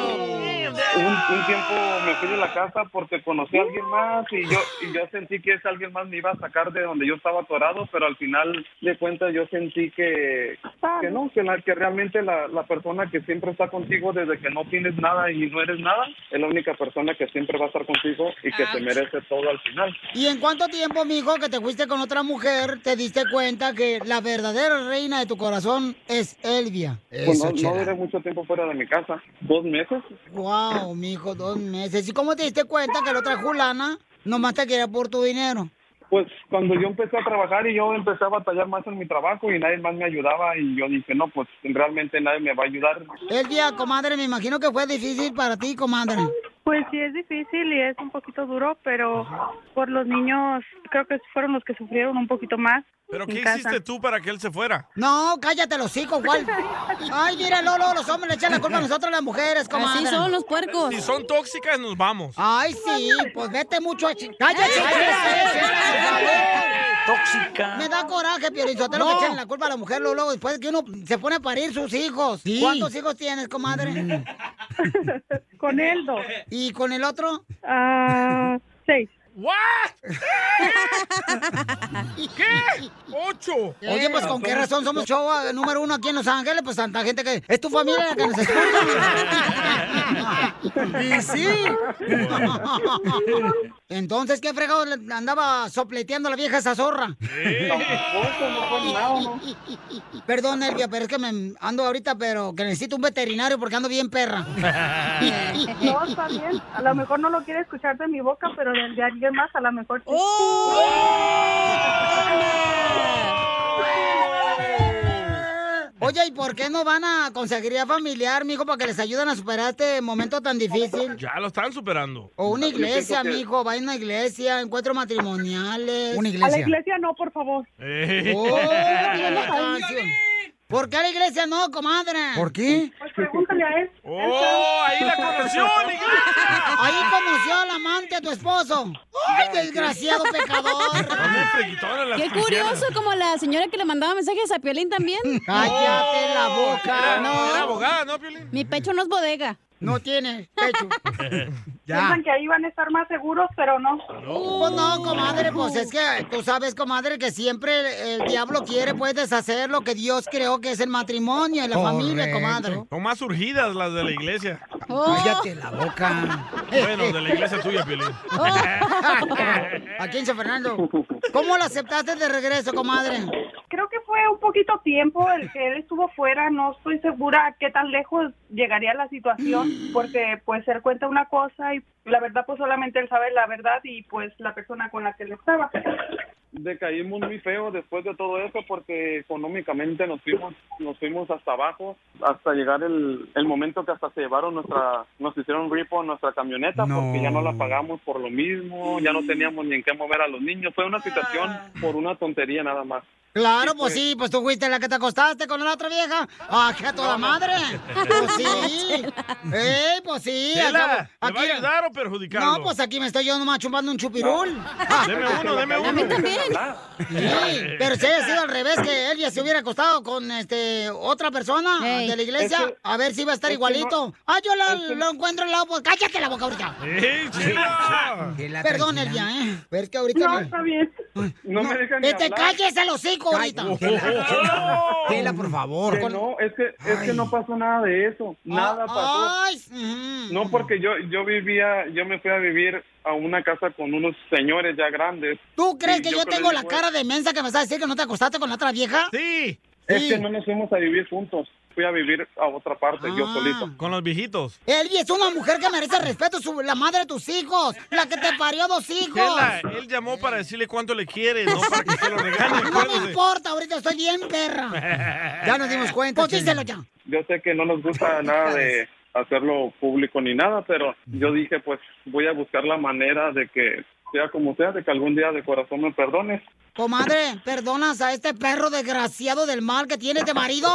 Un, un tiempo me fui de la casa porque conocí a alguien más y yo, y yo sentí que ese alguien más me iba a sacar de donde yo estaba atorado, pero al final de cuentas yo sentí que, que no, que, la- que realmente la, la persona que siempre está contigo desde que no tienes nada y no eres nada, es la única persona que siempre va a estar contigo y que te merece todo al final. ¿Y en cuánto tiempo, mijo, que te fuiste con otra mujer, te diste cuenta que la verdadera reina de tu corazón es Elvia? Pues no, no duré mucho tiempo fuera de mi casa, dos meses. Wow, mijo, dos meses. ¿Y cómo te diste cuenta que la otra Julana nomás te quería por tu dinero? Pues cuando yo empecé a trabajar y yo empecé a batallar más en mi trabajo y nadie más me ayudaba y yo dije, no, pues realmente nadie me va a ayudar. Elvia, comadre, me imagino que fue difícil para ti, comadre. Pues sí, es difícil y es un poquito duro, pero por los niños creo que fueron los que sufrieron un poquito más. ¿Pero en qué casa. hiciste tú para que él se fuera? No, cállate los hijos, Juan. Ay, mira, Lolo, los hombres le echan la culpa a nosotros las mujeres, comadre. puercos. Si son tóxicas, nos vamos. Ay, sí, pues vete mucho a... chi- ¡Cállate! cállate, cállate, Tóxica. Me da coraje, Piorinsotero, No. que echan la culpa a la mujer luego, luego, después que uno se pone a parir sus hijos. Sí. ¿Cuántos hijos tienes, Mm. comadre? Con él dos. ¿Y con el otro? Ah, seis. ¿Qué? ¡Ocho! Oye, pues con qué razón somos show ah, número uno aquí en Los Ángeles, pues tanta gente que... Es tu familia la que nos escucha. y sí. Entonces, ¿qué fregado le andaba sopleteando la vieja esa zorra? Perdón, Elvia, pero es que me ando ahorita, pero que necesito un veterinario porque ando bien perra. No, está bien. A lo mejor no lo quiere escuchar de mi boca, pero de, de alguien más a lo mejor sí. ¡Oh! Oye, Oye, Oye, ¿y por qué no van a consejería familiar, mijo, para que les ayuden a superar este momento tan difícil? Ya lo están superando. O una iglesia, mijo, va a una iglesia, encuentros matrimoniales. Una iglesia. A la iglesia no, por favor. Eh. ¿Por qué a la iglesia no, comadre? ¿Por qué? Pues pregúntale a él. ¡Oh! Ahí la conoció, la iglesia. Ahí conoció al amante a tu esposo. ¡Ay, desgraciado pecador! Qué curioso, como la señora que le mandaba mensajes a Piolín también. Cállate la boca, Era- no. era abogada, ¿no, Piolín? Mi pecho no es bodega. No tiene pecho. ya. que ahí van a estar más seguros, pero no. Pues no, comadre, pues es que tú sabes, comadre, que siempre el diablo quiere pues deshacer lo que Dios creó que es el matrimonio y la familia, comadre. Oh. Son más surgidas las de la iglesia. Cállate la boca. Bueno, de la iglesia tuya, Piolín. Aquí en San Fernando. ¿Cómo lo aceptaste de regreso, comadre? Creo que fue un poquito tiempo el que él estuvo fuera, no estoy segura qué tan lejos llegaría la situación, porque pues él cuenta una cosa y la verdad pues solamente él sabe la verdad y pues la persona con la que él estaba. decaímos muy feo después de todo eso porque económicamente nos fuimos nos fuimos hasta abajo hasta llegar el, el momento que hasta se llevaron nuestra nos hicieron ripo nuestra camioneta porque ya no la pagamos por lo mismo ya no teníamos ni en qué mover a los niños fue una situación por una tontería nada más Claro, pues sí, pues tú fuiste la que te acostaste con la otra vieja. ¡Ah, que a toda madre! Pues sí. ¡Ey, pues sí! Chela, acabo- ¿Le va a aquí- ayudar o perjudicarlo? No, pues aquí me estoy yo nomás chupando un chupirul. Ah, Deme uno, deme uno. Sí, pero si haya sido al revés, que él ya se hubiera acostado con este otra persona de la iglesia, Es que- a ver si va a estar es que igualito. no- ah, yo la- lo encuentro al lado. pues, cállate la boca ahorita. ¡Ey, Chela! Perdón, el ya, ¿eh? Pero es que ahorita. No, está bien. no, me dejan ni Que te hablar. calles ¿eh? el hocico ahorita. Tela, por favor. Que no es que es que no pasó nada de eso Ah, nada pasó Ay, mm. No, porque yo yo vivía, yo me fui a vivir a una casa con unos señores ya grandes. ¿Tú crees Y que yo, yo creo tengo que la fue- cara de mensa que me vas a decir que no te acostaste con la otra vieja? Sí. Es que no nos fuimos a vivir juntos, fui a vivir a otra parte yo solito. Ah, Con los viejitos. Elvi es una mujer que merece respeto, su- la madre de tus hijos, la que te parió dos hijos. Chela, él llamó para decirle cuánto le quiere, no para que se lo regale. No me importa, ahorita estoy bien perra. Ya nos dimos cuenta. Pues díselo ya. Yo sé que no nos gusta nada de hacerlo público ni nada, pero yo dije, pues voy a buscar la manera de que sea como sea, de que algún día de corazón me perdones. Comadre, ¿perdonas a este perro desgraciado del mal que tienes de marido?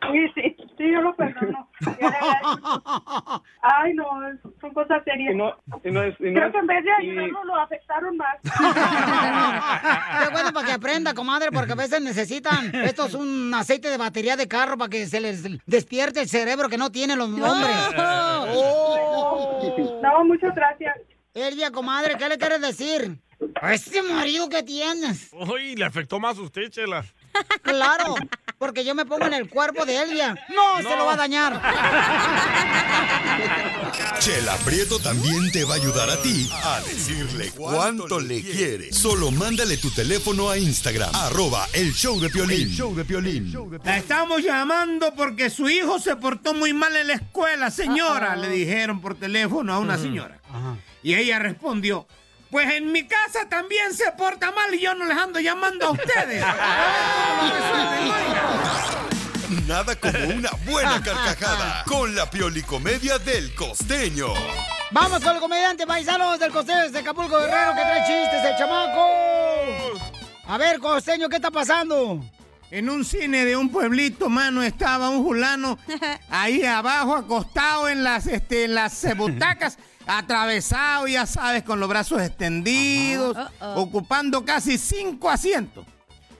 Sí, sí, sí, yo lo perdono. Ay, no, son cosas serias. Y no, y no es- y no Creo es- que en vez de y- ayudarlo lo afectaron más. Qué bueno para que aprenda, comadre, porque a veces necesitan. Esto es un aceite de batería de carro para que se les despierte el cerebro que no tienen los hombres. No, muchas gracias. Elvia, comadre, ¿qué le quieres decir? A este marido que tienes. Uy, le afectó más a usted, Chela. Claro, porque yo me pongo en el cuerpo de Elvia. No, se No. lo va a dañar. Chela Prieto también te va a ayudar a ti a decirle Ah. cuánto le quiere. Solo mándale tu teléfono a Instagram, arroba el show de Piolín. show de Piolín. La estamos llamando porque su hijo se portó muy mal en la escuela, señora, Uh-oh. Uh-huh. le dijeron por teléfono a Mm. una Ujú. señora. Y ella respondió, pues en mi casa también se porta mal y yo no les ando llamando a ustedes. A ver cómo resuelven, oiga. Nada como una buena carcajada con la piolicomedia del costeño. Vamos con el comediante paisanos del costeño de Acapulco Guerrero que trae chistes, el chamaco. A ver, costeño, ¿qué está pasando? En un cine de un pueblito, mano, estaba un fulano ahí abajo, acostado en las, este, en las eh, butacas, atravesado, ya sabes, con los brazos extendidos, Ajá. Uh-oh. ocupando casi cinco asientos.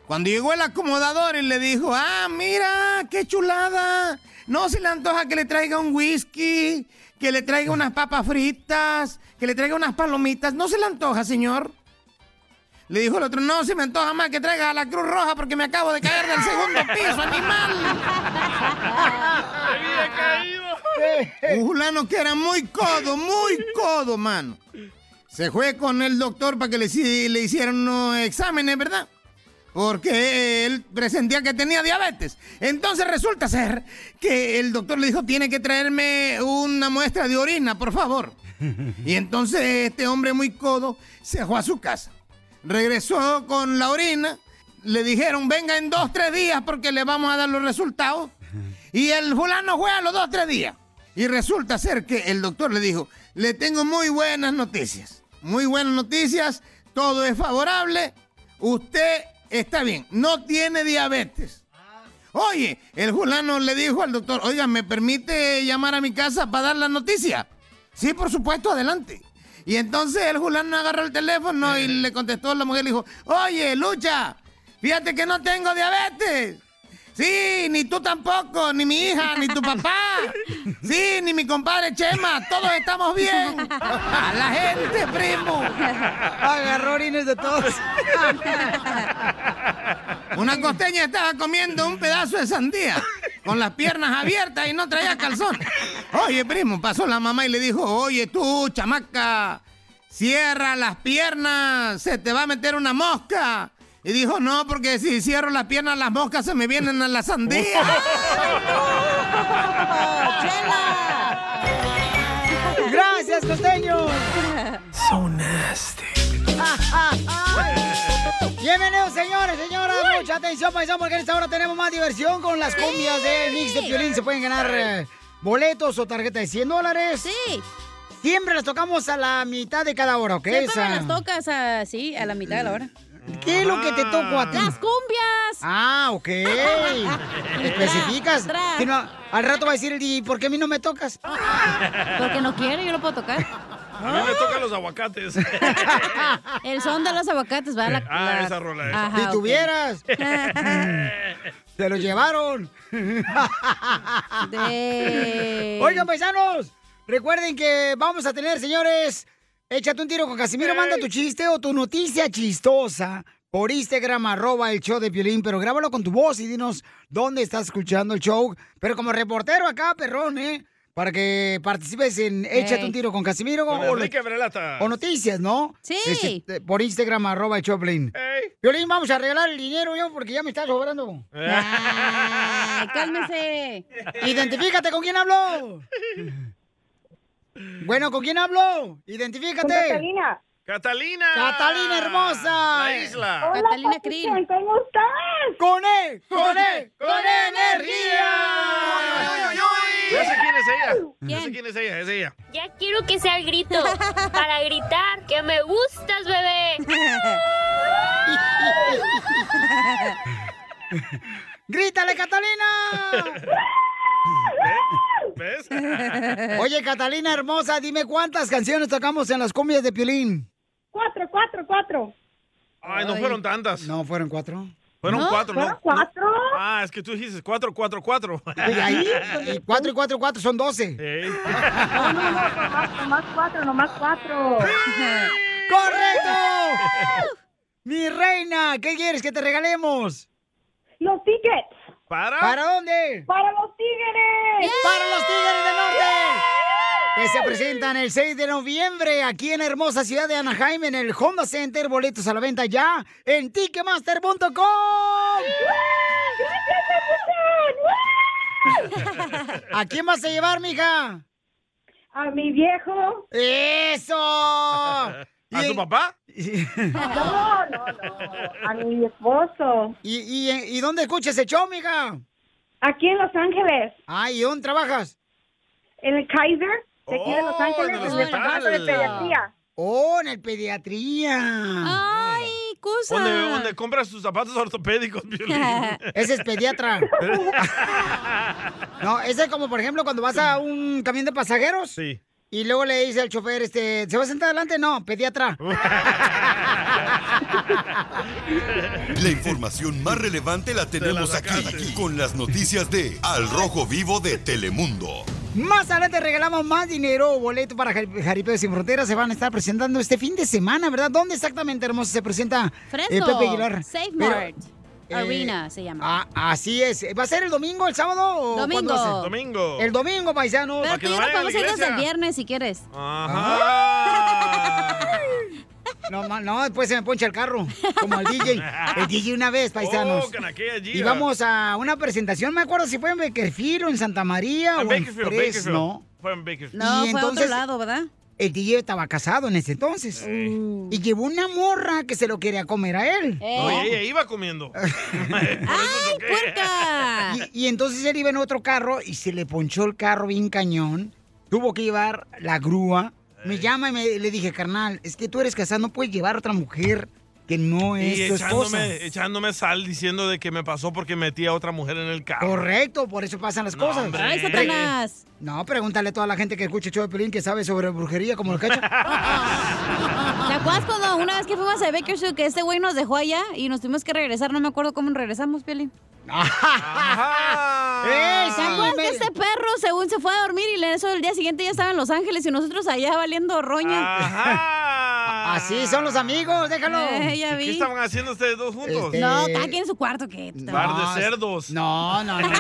Cuando llegó el acomodador y le dijo, ah, mira, qué chulada. No se le antoja que le traiga un whisky, que le Mm. traiga unas papas fritas, que le traiga unas palomitas. No se le antoja, señor. Le dijo el otro, no, se me antoja más que traiga a la Cruz Roja porque me acabo de caer del segundo piso, animal. Un fulano que era muy codo, muy codo, mano. Se fue con el doctor para que le, hici- le hicieran unos exámenes, ¿verdad? Porque él presentía que tenía diabetes. Entonces resulta ser que el doctor le dijo, tiene que traerme una muestra de orina, por favor. Y entonces este hombre muy codo se fue a su casa. Regresó con la orina le dijeron, venga en dos, tres días porque le vamos a dar los resultados. Y el fulano fue a los dos, tres días. Y resulta ser que el doctor le dijo, le tengo muy buenas noticias. Muy buenas noticias, todo es favorable, usted está bien, no tiene diabetes. Oye, el fulano le dijo al doctor, oiga, ¿me permite llamar a mi casa para dar la noticia? Sí, por supuesto, adelante. Y entonces el fulano agarró el teléfono y le contestó a la mujer y le dijo, oye, Lucha, fíjate que no tengo diabetes. Sí, ni tú tampoco, ni mi hija, ni tu papá. Sí, ni mi compadre Chema, todos estamos bien. A la gente, primo. Agarró orines de todos. Una costeña estaba comiendo un pedazo de sandía con las piernas abiertas y no traía calzón. Oye, primo, pasó la mamá y le dijo, oye tú, chamaca, cierra las piernas, se te va a meter una mosca. Y dijo, no, porque si cierro las piernas, las moscas se me vienen a la sandía. Gracias, costeños. So nasty. Bienvenidos, señores, señoras. Mucha atención, paisano, porque en esta hora tenemos más diversión con las cumbias de Mix de Piolín. Se pueden ganar eh, boletos o tarjeta de 100 dólares. Sí. Siempre las tocamos a la mitad de cada hora, ¿ok? Siempre Esa- me las tocas así, a la mitad de la hora. ¿Qué es lo que te toco a ti? ¡Las cumbias! Ah, ok. Especificas. Tras. Que no- al rato va a decir el DJ, ¿por qué a mí no me tocas? Porque no quiero, yo lo puedo tocar. A mí me Ah. tocan los aguacates. El son de los aguacates, va la... Ah, la- esa rola es. Ajá, Si ok. Eh, tuvieras. Eh, Eh. Se lo llevaron. De- Oigan, paisanos, recuerden que vamos a tener, señores, échate un tiro con Casimiro, manda tu chiste o tu noticia chistosa por Instagram, arroba el show de Piolín, pero grábalo con tu voz y dinos dónde estás escuchando el show. Pero como reportero acá, perrón, ¿eh? Para que participes en Échate Ey. un tiro con Casimiro Con o, lo- Enrique Brelata. o noticias, ¿no? Sí. eh, por Instagram, arroba el show de Piolín. Piolín, vamos a arreglar el dinero yo porque ya me está sobrando. Eh. Ay, cálmese. Identifícate con quién habló. Bueno, ¿con quién habló? Con Identifícate. Catalina. Catalina. Catalina hermosa. La isla. Catalina Krill. ¿Cómo estás? Con E. él, con él, con energía. Ya sé quién es ella. Ya sé quién es ella, es ella. Ya quiero que sea el grito para gritar que me gustas, bebé. ¡Grítale, Catalina! ¿Ves? Oye, Catalina hermosa, dime cuántas canciones tocamos en las cumbias de Piolín. Cuatro, cuatro, cuatro. Ay, no fueron tantas. No, fueron cuatro. Fueron No, cuatro, fueron ¿no? cuatro. Ah, es que tú dijiste cuatro, cuatro, cuatro. Y ahí, y cuatro y cuatro, y cuatro son doce. No, no, no, nomás, nomás cuatro, nomás cuatro. ¡Correcto! Mi reina, ¿qué quieres que te regalemos? Los tickets. ¿Para? ¿Para dónde? ¡Para los tigres! ¡Para los tigres del norte! Que se presentan el 6 de noviembre aquí en la hermosa ciudad de Anaheim en el Honda Center. Boletos a la venta ya en Ticketmaster.com. ¿A quién vas a llevar, mija? A mi viejo. ¡Eso! ¿A tu papá? No, no, no. A mi esposo. ¿Y, y, y dónde escuchas el show, mija? Aquí en Los Ángeles. Ah, ¿y dónde trabajas? Oh, En el Kaiser, de aquí de Los Ángeles, en el en el departamento de hospital. pediatría. Oh, en el pediatría. Ay, cosa. ¿Dónde, dónde compras tus zapatos ortopédicos, Piolín? Ese es pediatra. No, ese es como, por ejemplo, cuando vas a un camión de pasajeros. Sí. Y luego le dice al chofer, este, ¿se va a sentar adelante? No, pediatra. La información más relevante la tenemos aquí, aquí, con las noticias de Al Rojo Vivo de Telemundo. Más adelante regalamos más dinero o boleto para Jar- Jaripeo Sin Fronteras. Se van a estar presentando este fin de semana, ¿verdad? ¿Dónde exactamente, hermoso, se presenta eh, Fresno. Pepe Aguilar? Safe Pero, Mart. eh, Arena se ah, llama. así es. ¿Va a ser el domingo, el sábado o Domingo. cuándo va a ser? Domingo. El domingo, paisanos. Pero tú y yo nos podemos ir desde el viernes si quieres. No, ma- no, después se me poncha el carro, como al DJ. El DJ una vez, paisanos. Oh, canaquea, y Gia. vamos a una presentación, me acuerdo si fue en Bakerfield o en Santa María En Ah, o en Bakersfield, Bakersfield. Fresno. Fue en Bakersfield. No, Y fue a entonces- otro lado, ¿verdad? el DJ estaba casado en ese entonces. Y llevó una morra que se lo quería comer a él. Eh. Oye, ella iba comiendo. ¡Ay, puerca! Y, y entonces él iba en otro carro y se le ponchó el carro bien cañón. Tuvo que llevar la grúa. Me llama y me- le dije, carnal, es que tú eres casado, no puedes llevar a otra mujer que no es Y Pues, tu esposa. echándome, eh, echándome sal diciendo de que me pasó porque metí a otra mujer en el carro. Correcto, por eso pasan las No, cosas. hombre. Ay, Satanás. No, pregúntale a toda la gente que escucha el show de Pelín que sabe sobre brujería como el cacha. ¿Te acuerdas cuando una vez que fuimos a Bakersfield que este güey nos dejó allá y nos tuvimos que regresar? No me acuerdo cómo regresamos, Piolín. ¡Eh, ¿Te acuerdas que este perro, según se fue a dormir y en eso del día siguiente ya estaba en Los Ángeles y nosotros allá valiendo roña? Así son los amigos, déjalo. Este, Eh, ya ¿Y ¿Qué vi. estaban haciendo ustedes dos juntos? No, Eh, cada quien en su cuarto que. Par de cerdos. No, no, no.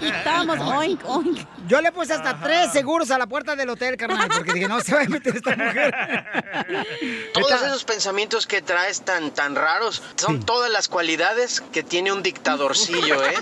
Estábamos oink, oink. Yo le puse hasta tres seguros a la puerta del hotel, carnal, porque dije, no se va a meter esta mujer. Todos esos pensamientos que traes tan, tan raros son todas las cualidades que tiene un dictadorcillo, ¿eh?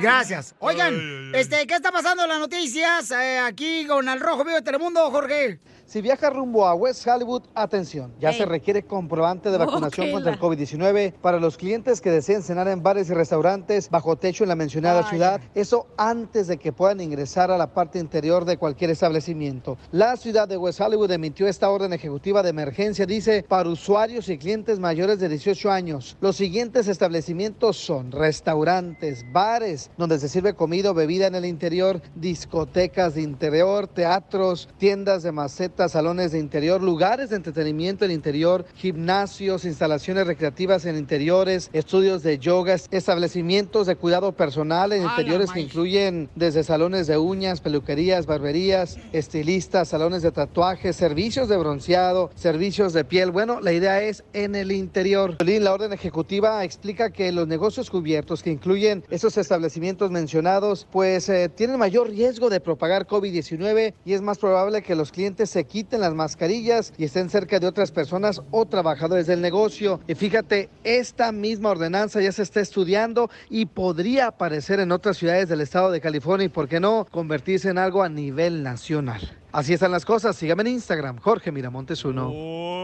Gracias. Oigan, este, ¿qué está pasando en las noticias? Eh, aquí con el Rojo Vivo de Telemundo, Jorge. Si viaja rumbo a West Hollywood, atención, ya se requiere comprobante de vacunación Ok, contra el la- COVID-19 para los clientes que deseen cenar en bares y restaurantes bajo techo en la mencionada ciudad, eso antes de que puedan ingresar a la parte interior de cualquier establecimiento. La ciudad de West Hollywood emitió esta orden ejecutiva de emergencia, dice, para usuarios y clientes mayores de 18 años. Los siguientes establecimientos son restaurantes, bares, donde se sirve comida o bebida en el interior, discotecas de interior, teatros, tiendas de macetas, salones de interior, lugares de entretenimiento en interior, gimnasios, instalaciones recreativas en interiores, estudios de yoga, establecimientos de cuidado personal en interiores que incluyen desde salones de uñas, peluquerías, barberías, estilistas, salones de tatuajes, servicios de bronceado, servicios de piel. Bueno, la idea es en el interior. Piolín, La orden ejecutiva explica que los negocios cubiertos que incluyen esos establecimientos mencionados, pues eh, tienen mayor riesgo de propagar COVID-19 y es más probable que los clientes se quiten las mascarillas y estén cerca de otras personas o trabajadores del negocio. Y fíjate, esta misma ordenanza ya se está estudiando y podría aparecer en otras ciudades del estado de California y, ¿por qué no?, convertirse en algo a nivel nacional. Así están las cosas. Sígame en Instagram, Jorge Miramontes 1. Oh,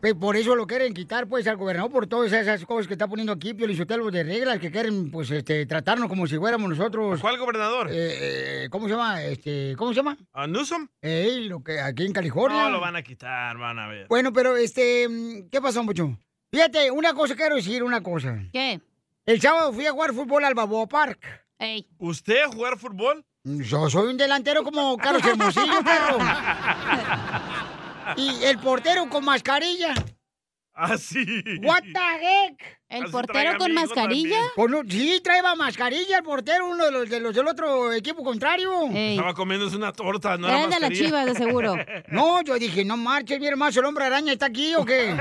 Pe- Por eso lo quieren quitar, pues, al gobernador, por todas esas cosas que está poniendo aquí, Pio Lizotelo, de reglas que quieren, pues, este, tratarnos como si fuéramos nosotros. ¿Cuál gobernador? Eh, ¿Cómo se llama? Este, ¿Cómo se llama? ¿A Newsom? Eh, lo que, aquí en California. No, lo van a quitar, van a ver. Bueno, pero este, mm, ¿qué pasó, mucho? Fíjate, una cosa quiero decir, una cosa. ¿Qué? El sábado fui a jugar fútbol al Balboa Park. ¿Usted jugar fútbol? Yo soy un delantero como Carlos Hermosillo, perro. Y el portero con mascarilla. Ah, Así. What the heck? ¿El Así portero trae con amigos mascarilla? también. Pues no, sí, traía mascarilla el portero, uno de los, de los del otro equipo contrario. Estaba comiéndose una torta, no Era era el de la mascarilla. Chivas, de seguro. No, yo dije, no marches, mira más, el hombre araña está aquí o qué.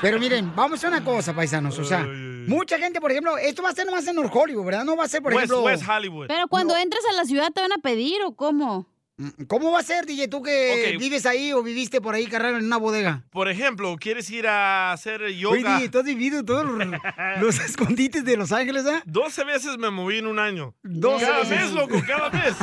Pero miren, vamos a una cosa, paisanos. O sea, mucha gente, por ejemplo, esto va a ser nomás en North Hollywood, ¿verdad? No va a ser, por West- ejemplo. West Hollywood. Pero cuando entres a la ciudad, ¿te van a pedir o cómo? Mm, ¿Cómo va a ser, DJ, tú que Ok. vives ahí o viviste por ahí, carnal, en una bodega? Por ejemplo, ¿quieres ir a hacer Oye, yoga? DJ, tú has vivido todos los, los escondites de Los Ángeles, ¿ah? 12 veces me moví en un año. 12 cada veces. vez, loco, cada vez.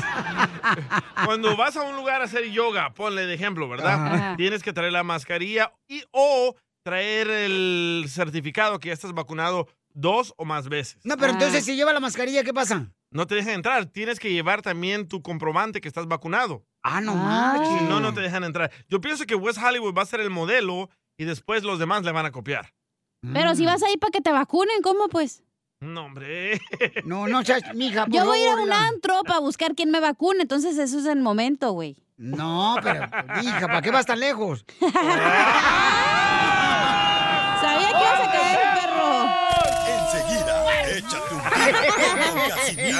Cuando vas a un lugar a hacer yoga, ponle de ejemplo, ¿verdad? Ajá. Tienes que traer la mascarilla y o traer el certificado que ya estás vacunado dos o más veces. No, pero entonces si lleva la mascarilla, ¿qué pasa? No te dejan entrar. Tienes que llevar también tu comprobante que estás vacunado. Ah, no manches. manches. Si no, no te dejan entrar. Yo pienso que West Hollywood va a ser el modelo y después los demás le van a copiar. Mm. Pero si vas ahí para que te vacunen, ¿cómo pues? No, hombre. No, no seas, mija, por Yo voy a ir a favor, un la- antro para buscar quién me vacune, entonces eso es el momento, güey. No, pero, hija, ¿para qué vas tan lejos? Sabía que ibas a caer, perro. Enseguida, échate un tiro con Casimiro.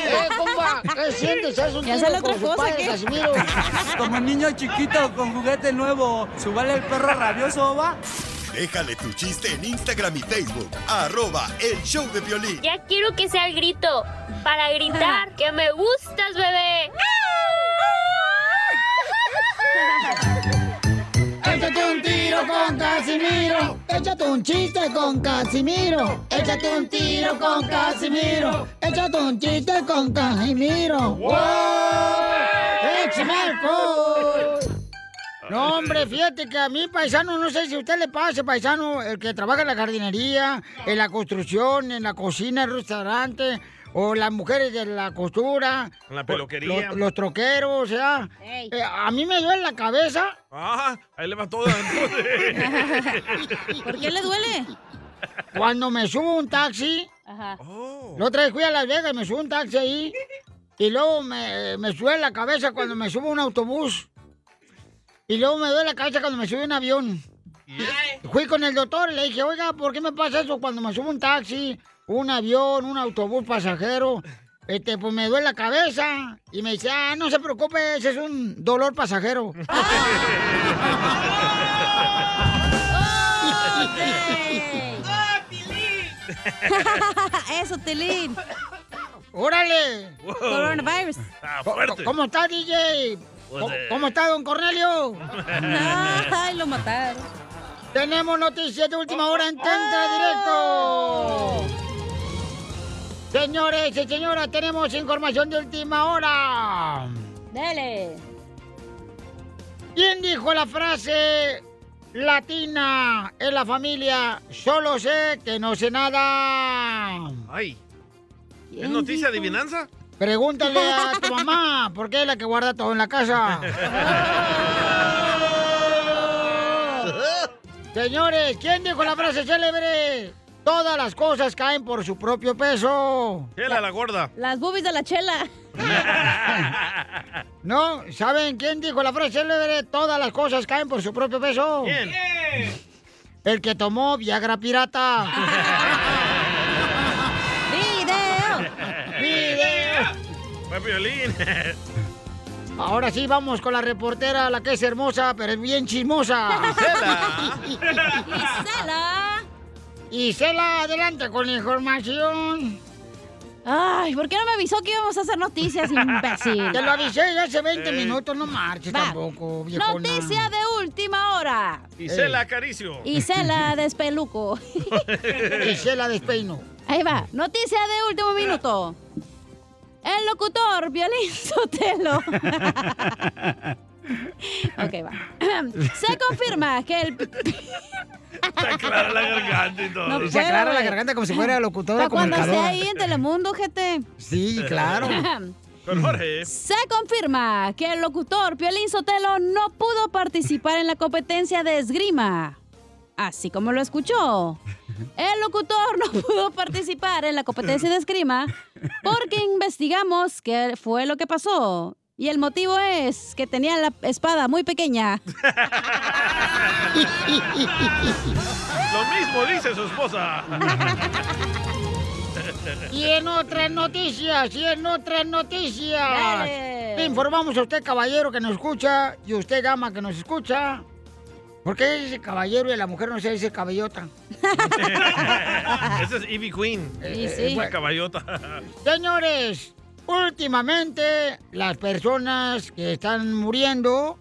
Eh, compa, ¿qué sientes? Haz un Ya tiro sale otra con su cosa, padre, ¿qué? Casimiro. Como niño chiquito con juguete nuevo, subale el perro rabioso, va. Déjale tu chiste en Instagram y Facebook, arroba el show de violín. Ya quiero que sea el grito para gritar que me gustas, bebé. Échate un tiro tiro con Casimiro. Échate un chiste con Casimiro. Échate un tiro con Casimiro. Échate un chiste con Casimiro. ¡Wow! ¡Échame eh, alcohol! No, hombre, fíjate que a mí, paisano, no sé si a usted le pase, paisano, el que trabaja en la jardinería, en la construcción, en la cocina, el restaurante, o las mujeres de la costura. En la peluquería. Los, los troqueros, o sea. eh, a mí me duele la cabeza. Ah, ahí le va todo. ¿Por qué le duele? Cuando me subo a un taxi, Ajá. Oh. la otra vez fui a Las Vegas, me subo a un taxi ahí, y luego me, me duele la cabeza cuando me subo a un autobús, y luego me duele la cabeza cuando me subo a un avión. Fui con el doctor y le dije, oiga, ¿por qué me pasa eso cuando me subo a un taxi, un avión, un autobús pasajero? Este, pues me duele la cabeza. Y me dice, ah, no se preocupe, ese es un dolor pasajero. Oh, Eso, Telín. ¡Órale! Wow. Coronavirus. Está fuerte. ¿Cómo está, DJ? Pues, ¿Cómo- eh. ¿Cómo está, don Cornelio? Ay, lo mataron. Oh, Tenemos noticias de última hora en Tantra Directo. Señores y señoras, tenemos información de última hora. Dele. ¿Quién dijo la frase latina en la familia? Solo sé que no sé nada. Ay. ¿Es noticia adivinanza? Pregúntale a tu mamá, porque es la que guarda todo en la casa. Señores, ¿quién dijo la frase célebre? Todas las cosas caen por su propio peso. Chela la gorda. Las boobies de la chela. no, ¿saben quién dijo la frase célebre? Todas las cosas caen por su propio peso. ¿Quién? El que tomó Viagra Pirata. Ah. ¡Video! ¡Video! Fue violín. Ahora sí, vamos con la reportera, la que es hermosa, pero es bien chismosa. Gisela. Gisela, adelante con la información. Ay, ¿por qué no me avisó que íbamos a hacer noticias, imbécil? Te lo avisé ya hace 20 Eh. minutos, no marches Va. tampoco, Oh, viejona. Noticia de última hora. Gisela, acaricio. Y se la despeluco. Gisela despeino. Ahí va. Noticia de último minuto. El locutor Violín Sotelo. ok, va. Se confirma que el. Aclara la garganta y todo. No se puedo, aclara la güey. garganta como si fuera locutora Pa' de cuando esté comunicadora. ahí en Telemundo, gente. Sí, claro. Con Jorge. Se confirma que el locutor Piolín Sotelo no pudo participar en la competencia de esgrima. Así como lo escuchó. El locutor no pudo participar en la competencia de esgrima porque investigamos qué fue lo que pasó. Y el motivo es que tenía la espada muy pequeña. Lo mismo dice su esposa. Y en otras noticias, y en otras noticias. Le informamos a usted, caballero, que nos escucha, y usted, dama, que nos escucha. ¿Por qué dice caballero y a la mujer no se dice cabellota? Esa es Ivy Queen. Sí, Es sí. La caballota. Señores, últimamente las personas que están muriendo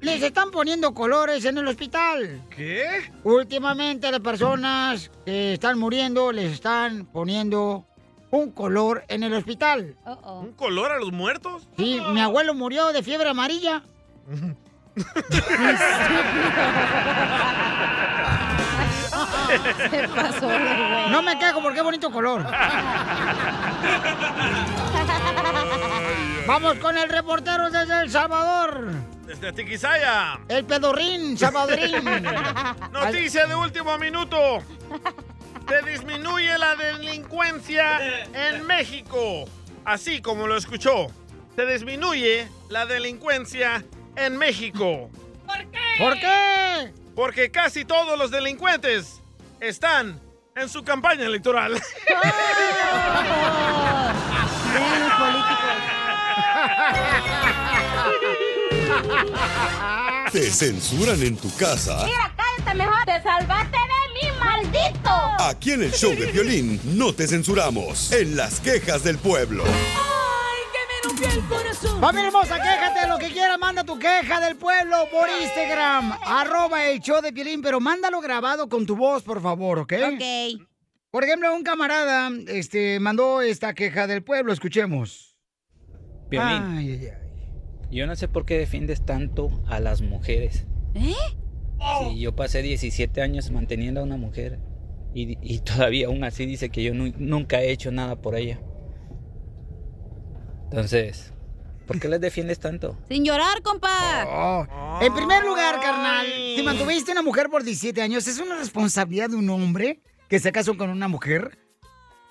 les están poniendo colores en el hospital. ¿Qué? Últimamente las personas que están muriendo les están poniendo un color en el hospital. ¿Un color a los muertos? Sí, mi abuelo murió de fiebre amarilla. Se pasó, güey. No me cago porque qué bonito color. Vamos con el reportero desde El Salvador. Desde Tiquisaya. El pedorrín, salvadorín. Noticia de último minuto. Se disminuye la delincuencia en México. Así como lo escuchó. Se disminuye la delincuencia en México. ¿Por qué? Porque casi todos los delincuentes están en su campaña electoral. Te censuran en tu casa. cállate mejor. Te salvaste de mí, maldito. Aquí en el show de violín no te censuramos. En las quejas del pueblo. ¡Ay, que me rompieron Familia hermosa, quéjate de lo que quieras, manda tu queja del pueblo por Instagram, arroba el show de Piolín, pero mándalo grabado con tu voz, por favor, ¿ok? Ok. Por ejemplo, un camarada este, mandó esta queja del pueblo, escuchemos. Piolín. Ay, ay, ay. Yo no sé por qué defiendes tanto a las mujeres. ¿Eh? Si yo pasé 17 años manteniendo a una mujer y, y todavía aún así dice que yo nu- nunca he hecho nada por ella. Entonces, ¿por qué las defiendes tanto? Sin llorar, compa. Oh. En primer lugar, carnal, si mantuviste una mujer por 17 años, ¿es una responsabilidad de un hombre que se casó con una mujer?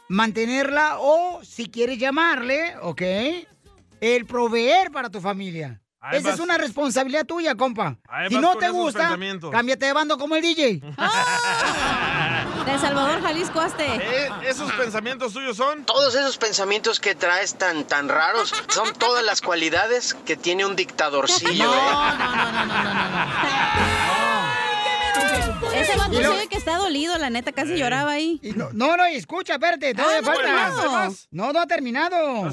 Mantenerla o, si quieres llamarle, ¿ok? El proveer para tu familia. Ahí Esa vas. es una responsabilidad tuya, compa. Ahí Si vas no con te esos gusta, pensamientos. cámbiate de bando como el DJ. De Salvador, Jalisco, Azte. Eh, ¿Esos pensamientos tuyos son? Todos esos pensamientos que traes tan, tan raros son todas las cualidades que tiene un dictadorcillo. ¿eh? Ese vato Y se lo- oye que está dolido, la neta, casi lloraba ahí. No, no, escucha, espérate, todavía Ah, no, falta. bueno, vas. No, no ha terminado.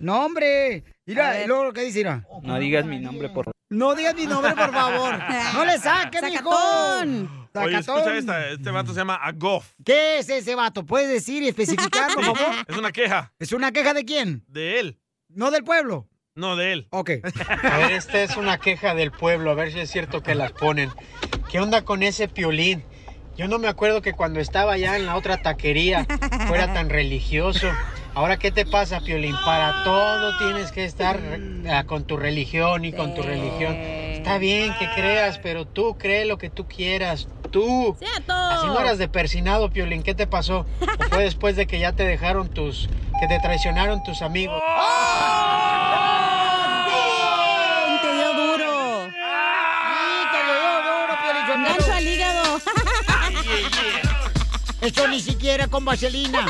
No, hombre. A Mira, ver. y luego lo que dice, mira. No digas mi nombre por No digas mi nombre, por favor. No le saques, mijo. Sacatón. Oye, escucha esta. Este vato se llama Agof. ¿Qué es ese vato? ¿Puedes decir y especificar, por favor? Es una queja ¿Es una queja de quién? de él. ¿No del pueblo? No, de él. Ok. A ver, esta es una queja del pueblo, a ver si es cierto que las ponen. ¿Qué onda con ese piolín? Yo no me acuerdo que cuando estaba allá en la otra taquería fuera tan religioso. Ahora, ¿qué te pasa, piolín? Para todo tienes que estar eh, con tu religión y con tu religión. Está bien que creas, pero tú cree lo que tú quieras. Tú. Así no eras de persinado, piolín. ¿Qué te pasó? ¿O fue después de que ya te dejaron tus. que te traicionaron tus amigos? Te dio duro. Sí, te lo dio duro, Piolichotelo. Gancho al hígado. Eso ni siquiera con vaselina.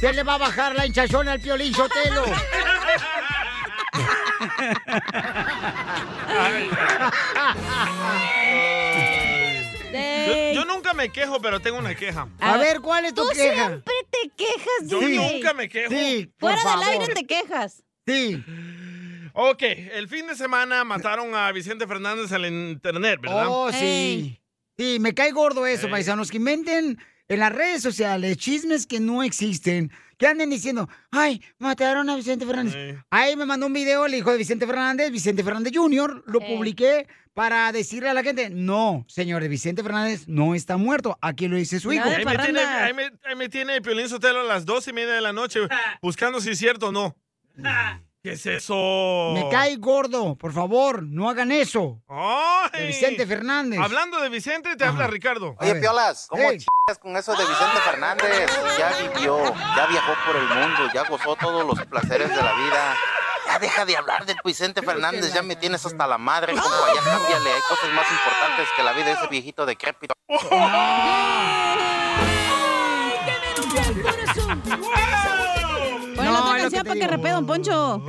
Se le va a bajar la hinchazón al Piolín Sotelo. Yo, yo nunca me quejo, pero tengo una queja. A ver, ¿cuál es tu Tú queja? siempre te quejas, Yo DJ. nunca me quejo. Sí, por Fuera del favor. aire te quejas. Sí. Ok, el fin de semana mataron a Vicente Fernández en el internet, ¿verdad? Oh, sí. Sí, me cae gordo eso, Ey. paisanos, que inventen en las redes sociales chismes que no existen, que anden diciendo, ay, mataron a Vicente Fernández. Ahí me mandó un video el hijo de Vicente Fernández, Vicente Fernández Jr., lo Ey. publiqué para decirle a la gente, no, señor Vicente Fernández no está muerto, aquí lo dice su hijo. Ahí me, tiene, ahí me- ahí me tiene Piolín Sotelo a las dos y media de la noche buscando si es cierto o no. ¿Qué es eso? Me cae gordo, por favor, no hagan eso. De Vicente Fernández. Hablando de Vicente, te habla Ricardo. Oye, Piolas, ¿cómo Ey. chingas con eso de Vicente Fernández? Ya vivió, ya viajó por el mundo, ya gozó todos los placeres de la vida. Ya deja de hablar de Vicente Fernández, ya me tienes hasta la madre, compa, ya cámbiale, hay cosas más importantes que la vida de ese viejito decrépito. Oh. No, Ponle otra es lo canción que te para que repeda, don Poncho.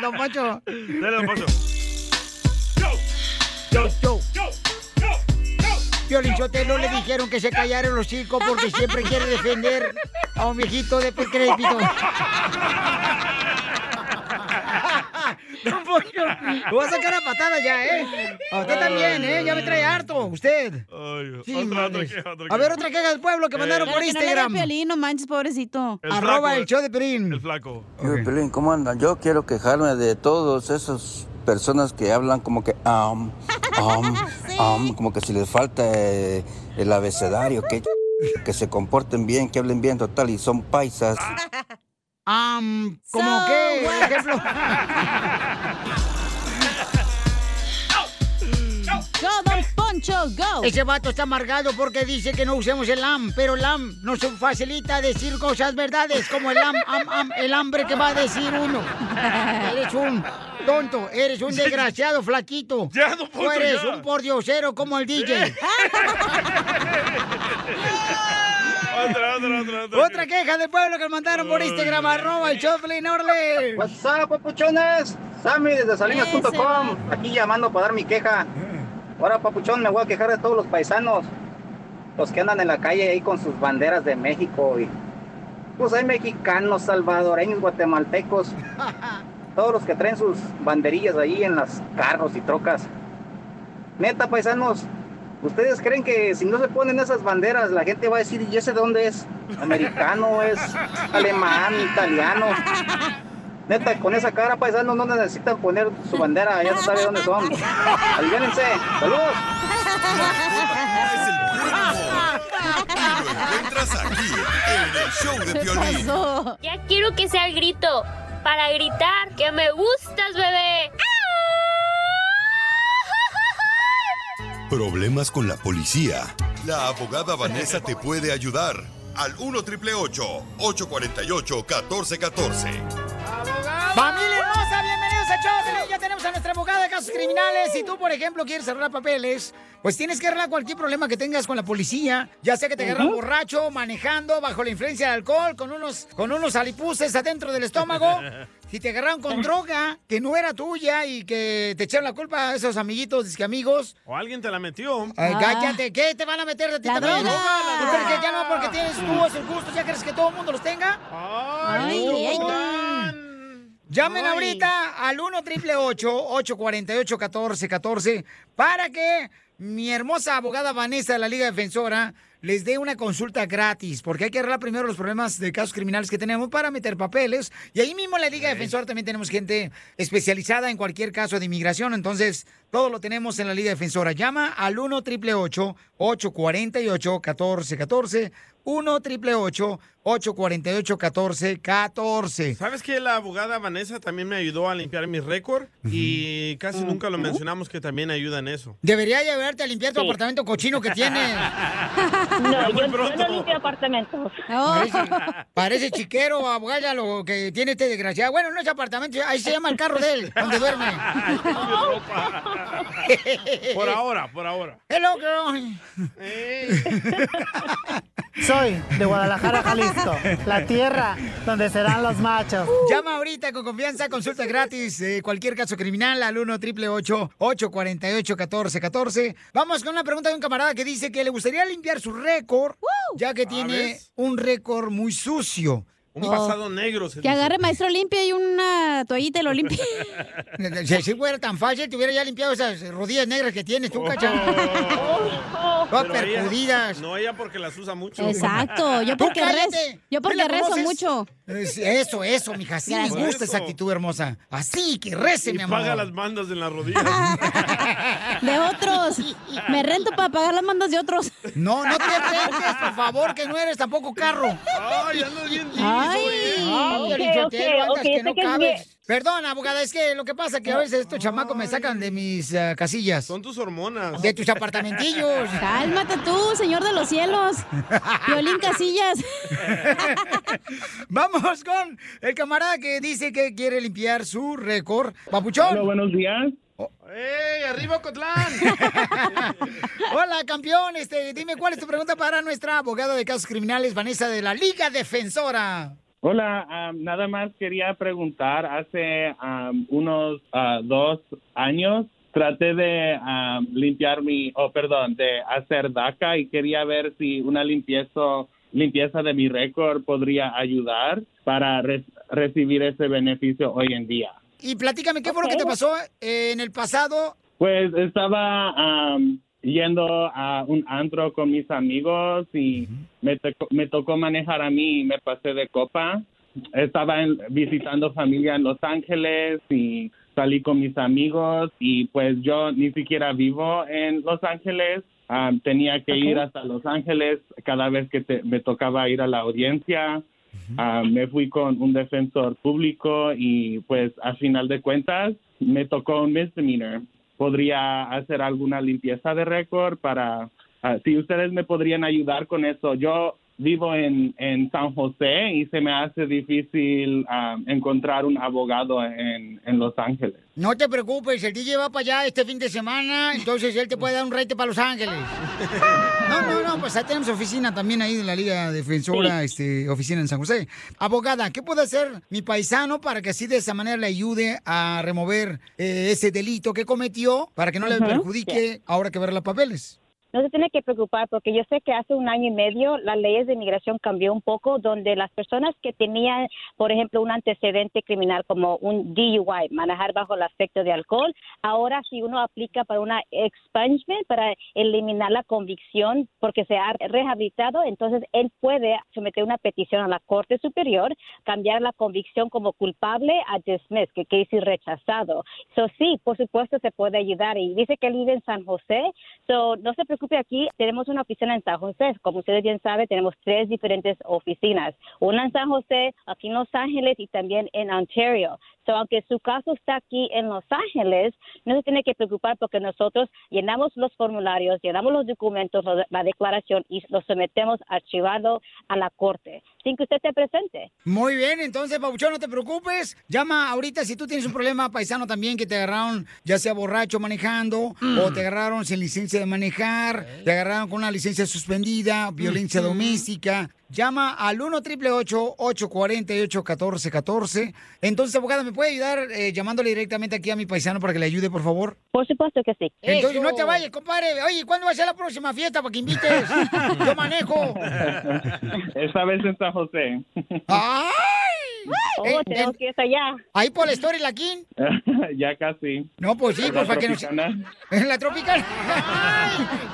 don Poncho. Dale, don Poncho. Yo, yo, Piolín Sotelo le dijeron que se callara el hocico porque siempre quiere defender a un viejito de decrépito. Don Poncho, lo voy a sacar a patada ya, ¿eh? A usted también, ¿eh? Ya me trae harto, usted. Ay, Sí, otra, otra madres. queja, otra A ver, queja. otra queja del pueblo que Eh. mandaron por Pero que no le dé Instagram. Piolín, no manches, pobrecito. El Arroba flaco, el show de Piolín. El flaco. Oye, Piolín, ¿cómo andan? Yo quiero quejarme de todas esas personas que hablan como que am, am, am, como que si les falta eh, el abecedario, que, que se comporten bien, que hablen bien, total, y son paisas. eh. Am, como que, por ejemplo. Go, don Poncho, go. Ese vato está amargado porque dice que no usemos el am, pero el am nos facilita decir cosas verdades, como el am, am, am, el hambre que va a decir uno. Eres un tonto, eres un desgraciado flaquito. Ya, don Tú Poncho, eres ya. un pordiosero como el DJ. Otra, otra, otra, otra. Otra queja del pueblo que mandaron por Instagram, arroba el Choplin Orle. What's up, papuchones? Sammy desde salinas.com, aquí llamando para dar mi queja. Ahora, papuchón, me voy a quejar de todos los paisanos, los que andan en la calle ahí con sus banderas de México y Pues hay mexicanos, salvadoreños, guatemaltecos, todos los que traen sus banderillas ahí en las carros y trocas. Neta, paisanos, ¿ustedes creen que si no se ponen esas banderas la gente va a decir, ¿y ese de dónde es? ¿Americano? ¿Es alemán? ¿Italiano? Neta, con esa cara, paisanos, no necesitan poner su bandera, ya se sabe dónde son. Aliviánense. ¡Saludos! Entras aquí en el show de Piolín. Ya quiero que sea el grito para gritar que me gustas, bebé. Problemas con la policía. La abogada Vanessa te puede ayudar al 1 triple 848 1414. Familia hermosa, bienvenidos a Choplin. Ya tenemos a nuestra abogada de casos criminales. Si tú, por ejemplo, quieres cerrar papeles, pues tienes que arreglar cualquier problema que tengas con la policía. Ya sea que te agarran Ujú. borracho, manejando, bajo la influencia del alcohol, con unos, con unos alipuses adentro del estómago. Si te agarraron con droga que no era tuya y que te echaron la culpa a esos amiguitos, disque amigos. O alguien te la metió. Ay, cállate, ¿qué te van a meter de ti Ah. La también? droga, la ¿Tú crees droga. que ya no porque tienes tú esos gustos, ya crees que todo el mundo los tenga? Ay, Ay, Llamen Ay. ahorita al 1 triple 848 1414 para que mi hermosa abogada Vanessa de la Liga Defensora les dé una consulta gratis, porque hay que arreglar primero los problemas de casos criminales que tenemos para meter papeles. Y ahí mismo en la Liga Defensora también tenemos gente especializada en cualquier caso de inmigración. Entonces, todo lo tenemos en la Liga Defensora. Llama al 1 triple 848 1414 1 triple 848 1414 ¿Sabes que la abogada Vanessa también me ayudó a limpiar mi récord? Y casi nunca lo mencionamos que también ayuda en eso. Debería llevarte a limpiar tu apartamento cochino que tiene. No, Oh. yo- yo no limpio apartamentos. Parece, parece chiquero, abogada, lo que tiene este desgraciado. Bueno, no es apartamento, ahí se llama el carro de él, donde duerme. Por ahora, por ahora. Hello, girl. Soy de Guadalajara, Jalisco, la tierra donde serán los machos. Llama ahorita con confianza, consulta gratis, eh, cualquier caso criminal al 1 888 848 1414 Vamos con una pregunta de un camarada que dice que le gustaría limpiar su récord, ya que tiene ¿Sabes? un récord muy sucio. Ah, Un pasado negro. se Oh. Que dice. agarre maestro limpia y una toallita y lo limpie. Si, si fuera tan fácil, te hubiera ya limpiado esas rodillas negras que tienes tú, cacha. Todas Oh. Pero ella- percudidas. no ella porque las usa mucho. Exacto, yo Tú porque rezo, cállate, yo ¿tú porque la rezo conoces? mucho. Es- Eso, eso, mija. Sí me Gracias. gusta esa actitud hermosa. Así que rece, Y mi amor. paga las bandas en las rodillas. De otros. Me rento para pagar las mandas de otros. No, no te rentes, por favor, que no eres tampoco carro. Ay, ando bien liso, eh. Ay, Ok, Piolín ok, Sotelo, andas ok, que sé no que es cabes. que- Perdón, abogada, es que lo que pasa es que a veces estos chamacos me sacan de mis eh, casillas. Son tus hormonas. De tus apartamentillos. Cálmate tú, señor de los cielos. Violín Casillas. Vamos con el camarada que dice que quiere limpiar su récord. Papuchón. Oh. Hola, buenos días. ¡Ey, arriba Cotlán! Hola, campeón. Este, dime cuál es tu pregunta para nuestra abogada de casos criminales, Vanessa de la Liga Defensora. Hola, ah, nada más quería preguntar, hace ah, unos ah, dos años traté de ah, limpiar mi, oh perdón, de hacer DACA y quería ver si una limpieza, limpieza de mi récord podría ayudar para re- recibir ese beneficio hoy en día. Y platícame, ¿qué fue lo que te pasó eh, en el pasado? Pues estaba am, yendo a un antro con mis amigos y me, tocó, me tocó manejar a mí y me pasé de copa. Estaba en- visitando familia en Los Ángeles y salí con mis amigos y pues yo ni siquiera vivo en Los Ángeles. Am, tenía que Ok. ir hasta Los Ángeles cada vez que te- me tocaba ir a la audiencia. Ah, me fui con un defensor público y pues al final de cuentas me tocó un misdemeanor. Podría hacer alguna limpieza de récord para ah, si ustedes me podrían ayudar con eso. Yo vivo en, en San José y se me hace difícil ah, encontrar un abogado en, en Los Ángeles. No te preocupes, Pues el DJ va para allá este fin de semana, entonces él te puede dar un rete para Los Ángeles. No, no, no, pues ahí tenemos oficina también ahí de la Liga Defensora, este, oficina en San José. Abogada, ¿qué puede hacer mi paisano para que así de esa manera le ayude a remover eh, ese delito que cometió para que no le Ujú. perjudique ahora que ver los papeles? no se tiene que preocupar porque yo sé que hace un año y medio las leyes de inmigración cambió un poco donde las personas que tenían, por ejemplo, un antecedente criminal como un DUI, manejar bajo el afecto de alcohol, ahora si uno aplica para una expungement, para eliminar la convicción porque se ha rehabilitado, entonces él puede someter una petición a la Corte Superior, cambiar la convicción como culpable a dismiss, que quiere decir rechazado. So sí, por supuesto se puede ayudar y dice que él vive en San José, so no se preocupe aquí, tenemos una oficina en San José, como ustedes bien saben, tenemos tres diferentes oficinas, una en San José, aquí en Los Ángeles y también en Ontario. So, aunque su caso está aquí en Los Ángeles, no se tiene que preocupar porque nosotros llenamos los formularios, llenamos los documentos, lo- la declaración y los sometemos archivado a la corte, sin que usted esté presente. Muy bien, entonces, Pabuchón, no te preocupes. Llama ahorita si tú tienes un problema paisano también que te agarraron, ya sea borracho manejando, Mm. o te agarraron sin licencia de manejar, te agarraron con una licencia suspendida, violencia Ujú. doméstica. Llama al 1 848 1414 Entonces, abogada, ¿me puede ayudar eh, llamándole directamente aquí a mi paisano para que le ayude, por favor? Por supuesto que sí. Entonces, no Eso. te vayas, compadre. Oye, ¿cuándo va a ser la próxima fiesta para que invites? Yo manejo. Esta vez en San José. ¡Ay! Oh, Eh, tenemos eh, que ir hasta allá. Ahí por la story, la King. ya casi. No, pues sí, La pues para que nos... Tropicana. En la tropical.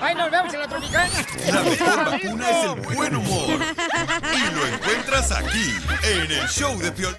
¡Ay, nos vemos en la tropical! La mejor vacuna es el buen humor. Y lo encuentras aquí, en el show de Piolín.